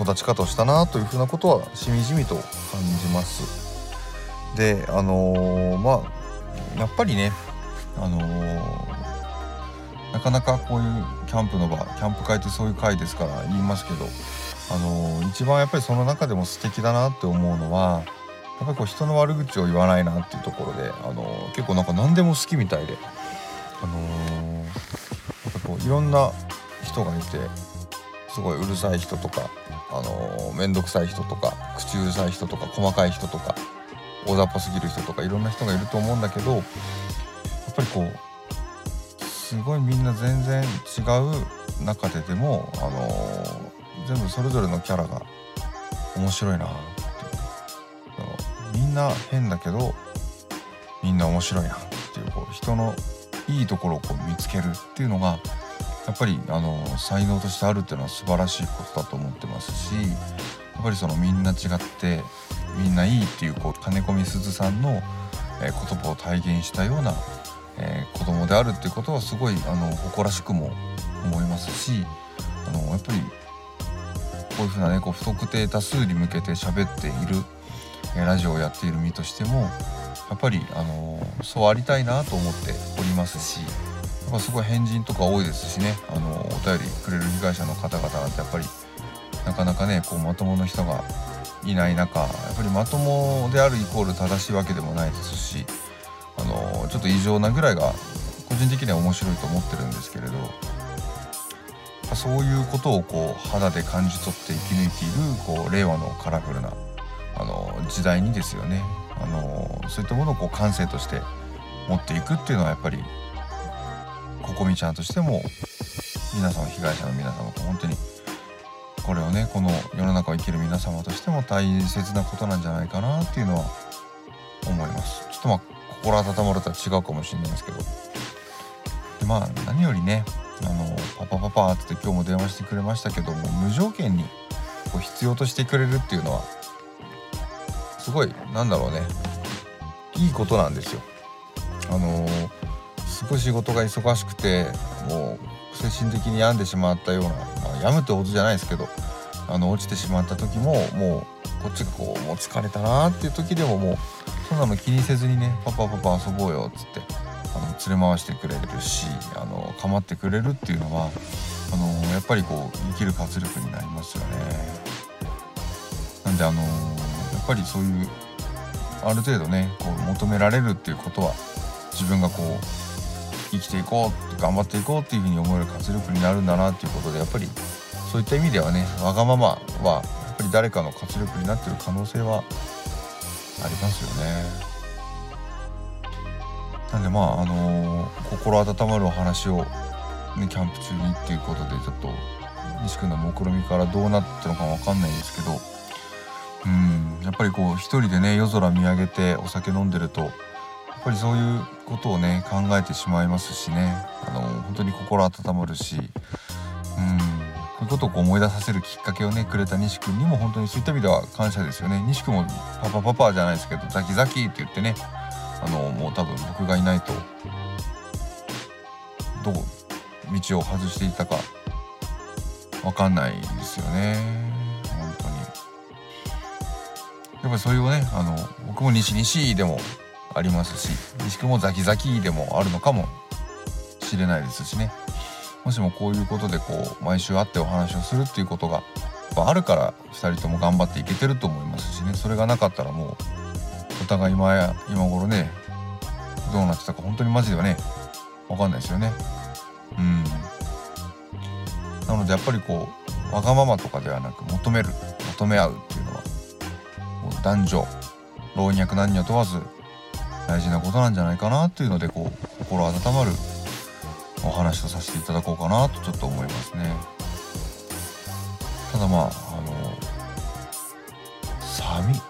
Speaker 1: 育ち方をしたなというふうなことはしみじみと感じます。であのーまあやっぱりねあのーなかなかこういうキャンプの場キャンプ会ってそういう会ですから言いますけど、あのー一番やっぱりその中でも素敵だなって思うのはやっぱりこう人の悪口を言わないなっていうところで、あのー結構なんか何でも好きみたいで、あのーやっぱこういろんな人がいてすごいうるさい人とかあの面倒くさい人とか口うるさい人とか細かい人とか大雑把すぎる人とかいろんな人がいると思うんだけどやっぱりこうすごいみんな全然違う中ででも、あのー全部それぞれのキャラが面白いなってあのみんな変だけどみんな面白いなっていうこう人のいいところをこう見つけるっていうのがやっぱり、あのー才能としてあるっていうのは素晴らしいことだと思ってますしやっぱりそのみんな違ってみんないいっていうこう金子みすずさんの、えー言葉を体現したようなえー子供であるっていうことはすごいあの誇らしくも思いますしあのやっぱりこういうふうなねこう不特定多数に向けて喋っている、えーラジオをやっている身としてもやっぱりあのそうありたいなと思っておりますしやっぱすごい変人とか多いですしねあのお便りくれる被害者の方々なんてやっぱりなかなかねこうまともの人がいない中やっぱりまともであるイコール正しいわけでもないですしあのちょっと異常なぐらいが個人的には面白いと思ってるんですけれどやっぱそういうことをこう肌で感じ取って生き抜いているこう令和のカラフルなあの時代にですよねあのそういったものをこう感性として持っていくっていうのはやっぱりここみちゃんとしても皆様被害者の皆様と本当にこれをねこの世の中を生きる皆様としても大切なことなんじゃないかなっていうのは思いますちょっとまあ心温まるとは違うかもしれないんですけどでまあ何よりねあのパパパパーっつって今日も電話してくれましたけども無条件にこう必要としてくれるっていうのはすごいなんだろうねいいことなんですよあのすごい仕事が忙しくてもう精神的に病んでしまったような、まあ、病むってほどじゃないですけどあの落ちてしまった時ももうこっちがこうもう疲れたなーっていう時でももうそんなの気にせずにね「パパパパ遊ぼうよ」っつってあの連れ回してくれるしあの構ってくれるっていうのはあのやっぱりこう生きる活力になりますよね。なんであのやっぱりそういうある程度ねこう求められるっていうことは自分がこう生きていこう頑張っていこうっていうふうに思える活力になるんだなっていうことでやっぱりそういった意味ではねわがままはやっぱり誰かの活力になってる可能性はありますよね。なんでまああのー心温まるお話を、ね、キャンプ中にっていうことでちょっと西君の目論見みからどうなってるのかわかんないですけどうんやっぱりこう一人でね夜空見上げてお酒飲んでるとやっぱりそういうことをね考えてしまいますしねあの本当に心温まるしうんこういうことをこう思い出させるきっかけをねくれた西君にも本当にそういった意味では感謝ですよね西君もパパパパじゃないですけどザキザキって言ってねあのもう多分僕がいないとどう道を外していたかわかんないですよね本当にやっぱりそういうねあの僕も西西でもありますし西君もザキザキでもあるのかもしれないですしねもしもこういうことでこう毎週会ってお話をするっていうことがやっぱあるから2人とも頑張っていけてると思いますしねそれがなかったらもうお互い今や今頃ねどうなってたか本当にマジではね分かんないですよね。うんなのでやっぱりこうわがままとかではなく求める求め合うっていうのはもう男女老若男女問わず大事なことなんじゃないかなっていうのでこう心温まるお話をさせていただこうかなとちょっと思いますねただまああの寒い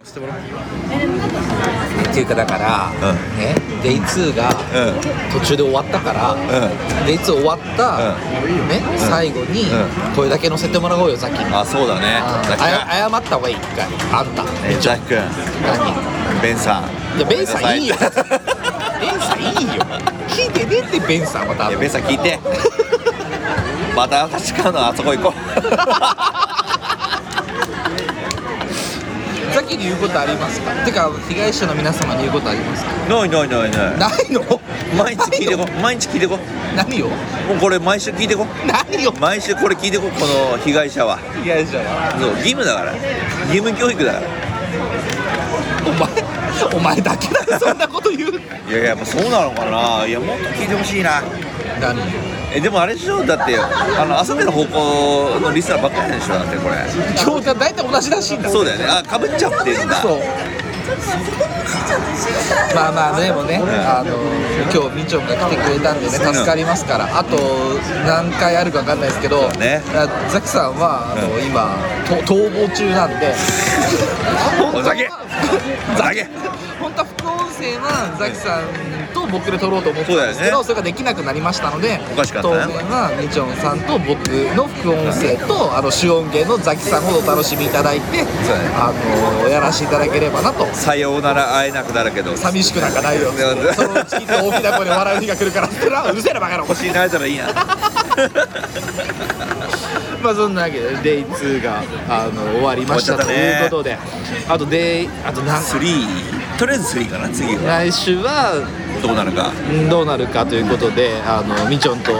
Speaker 8: っていうかだから、ね、デイ2が途中で終わったから、デイ2終わった、ね最後にこれだけ乗せてもらおうよザキに
Speaker 2: あそうだね
Speaker 8: あ
Speaker 2: ザキ君
Speaker 8: 謝った方がいい一回あんた
Speaker 2: えーザキ君
Speaker 8: 何
Speaker 2: ベンさん
Speaker 8: いやベンさんいいよ
Speaker 2: ごめんなさ
Speaker 8: ベンさんいいよ聞いてねってベンさんは多
Speaker 2: いや
Speaker 8: 分
Speaker 2: ベンさん聞いてまた私買うのあそこ行こう
Speaker 8: ザキに言うことありますかてか被害者の皆様に言うことありますか
Speaker 2: ないないないない
Speaker 8: ないの
Speaker 2: 毎日聞いてこ毎日聞いてこも
Speaker 8: 何を
Speaker 2: うこれ毎週聞いてこ
Speaker 8: 何を
Speaker 2: 毎週これ聞いてここの被害者は
Speaker 8: 被害者は
Speaker 2: そう義務だから義務教育だから
Speaker 8: お前お前だけだよそんなこと言
Speaker 2: いう
Speaker 3: いやいややっぱそうなのかないやもっと聞いてほしいな
Speaker 2: 何
Speaker 3: えでもあれでしょだってあのあさっての方向のリスナーばっかりなんでしょだってこれ
Speaker 2: 今日が大体同じらしいんだ
Speaker 3: そうだよねあかぶっちゃってるんだ
Speaker 2: そうまあまあでもね、あの今日みちょんが来てくれたんでね助かりますからあと何回あるか分かんないですけど、
Speaker 3: ね
Speaker 2: あザキさんはあの、今と逃亡中なんで
Speaker 3: お酒お酒
Speaker 2: 本当は副音声はザキさんと僕で撮ろうと思ってたんですけど
Speaker 3: そうだよね
Speaker 2: それができなくなりましたので
Speaker 3: おかしかったね
Speaker 2: 当面はみちょんさんと僕の副音声とあの主音源のザキさんをお楽しみいただいて、あのやらせていただければなと
Speaker 3: さようなら会えなくなるけど
Speaker 2: 寂しくなんかないよそのうちきっと大きな声で笑う日が来るからそれはうるせえなバカ野郎
Speaker 3: 星になれたらいいな
Speaker 2: まあそんなわけで Day2 があの終わりました
Speaker 3: 終わっちゃった
Speaker 2: と
Speaker 3: ね
Speaker 2: いうことであと Day あと何
Speaker 3: スリーとりあえずスリーかな次は
Speaker 2: 来週は
Speaker 3: どうなるか
Speaker 2: うんどうなるかということであのみちょんと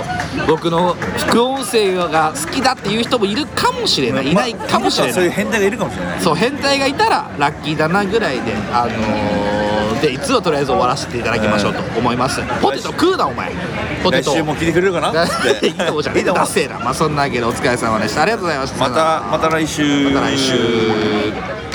Speaker 2: 僕の副音声が好きだっていう人もいるかもしれないいないかもしれ
Speaker 3: そ
Speaker 2: な
Speaker 3: ういう
Speaker 2: い
Speaker 3: 変態がいるかもしれない
Speaker 2: そう変態がいたらラッキーだなぐらいであの Day2 をとりあえず終わらせていただきましょうと思いますポテト食うなお前ポテ
Speaker 3: 来
Speaker 2: ト
Speaker 3: 週も聞いてくれるかなっ
Speaker 2: だ
Speaker 3: て
Speaker 2: いいとこ じゃない
Speaker 3: いとこ
Speaker 2: ダセえなまあそんなわけでお疲れ様でしたありがとうございました
Speaker 3: またまた来週
Speaker 2: また来週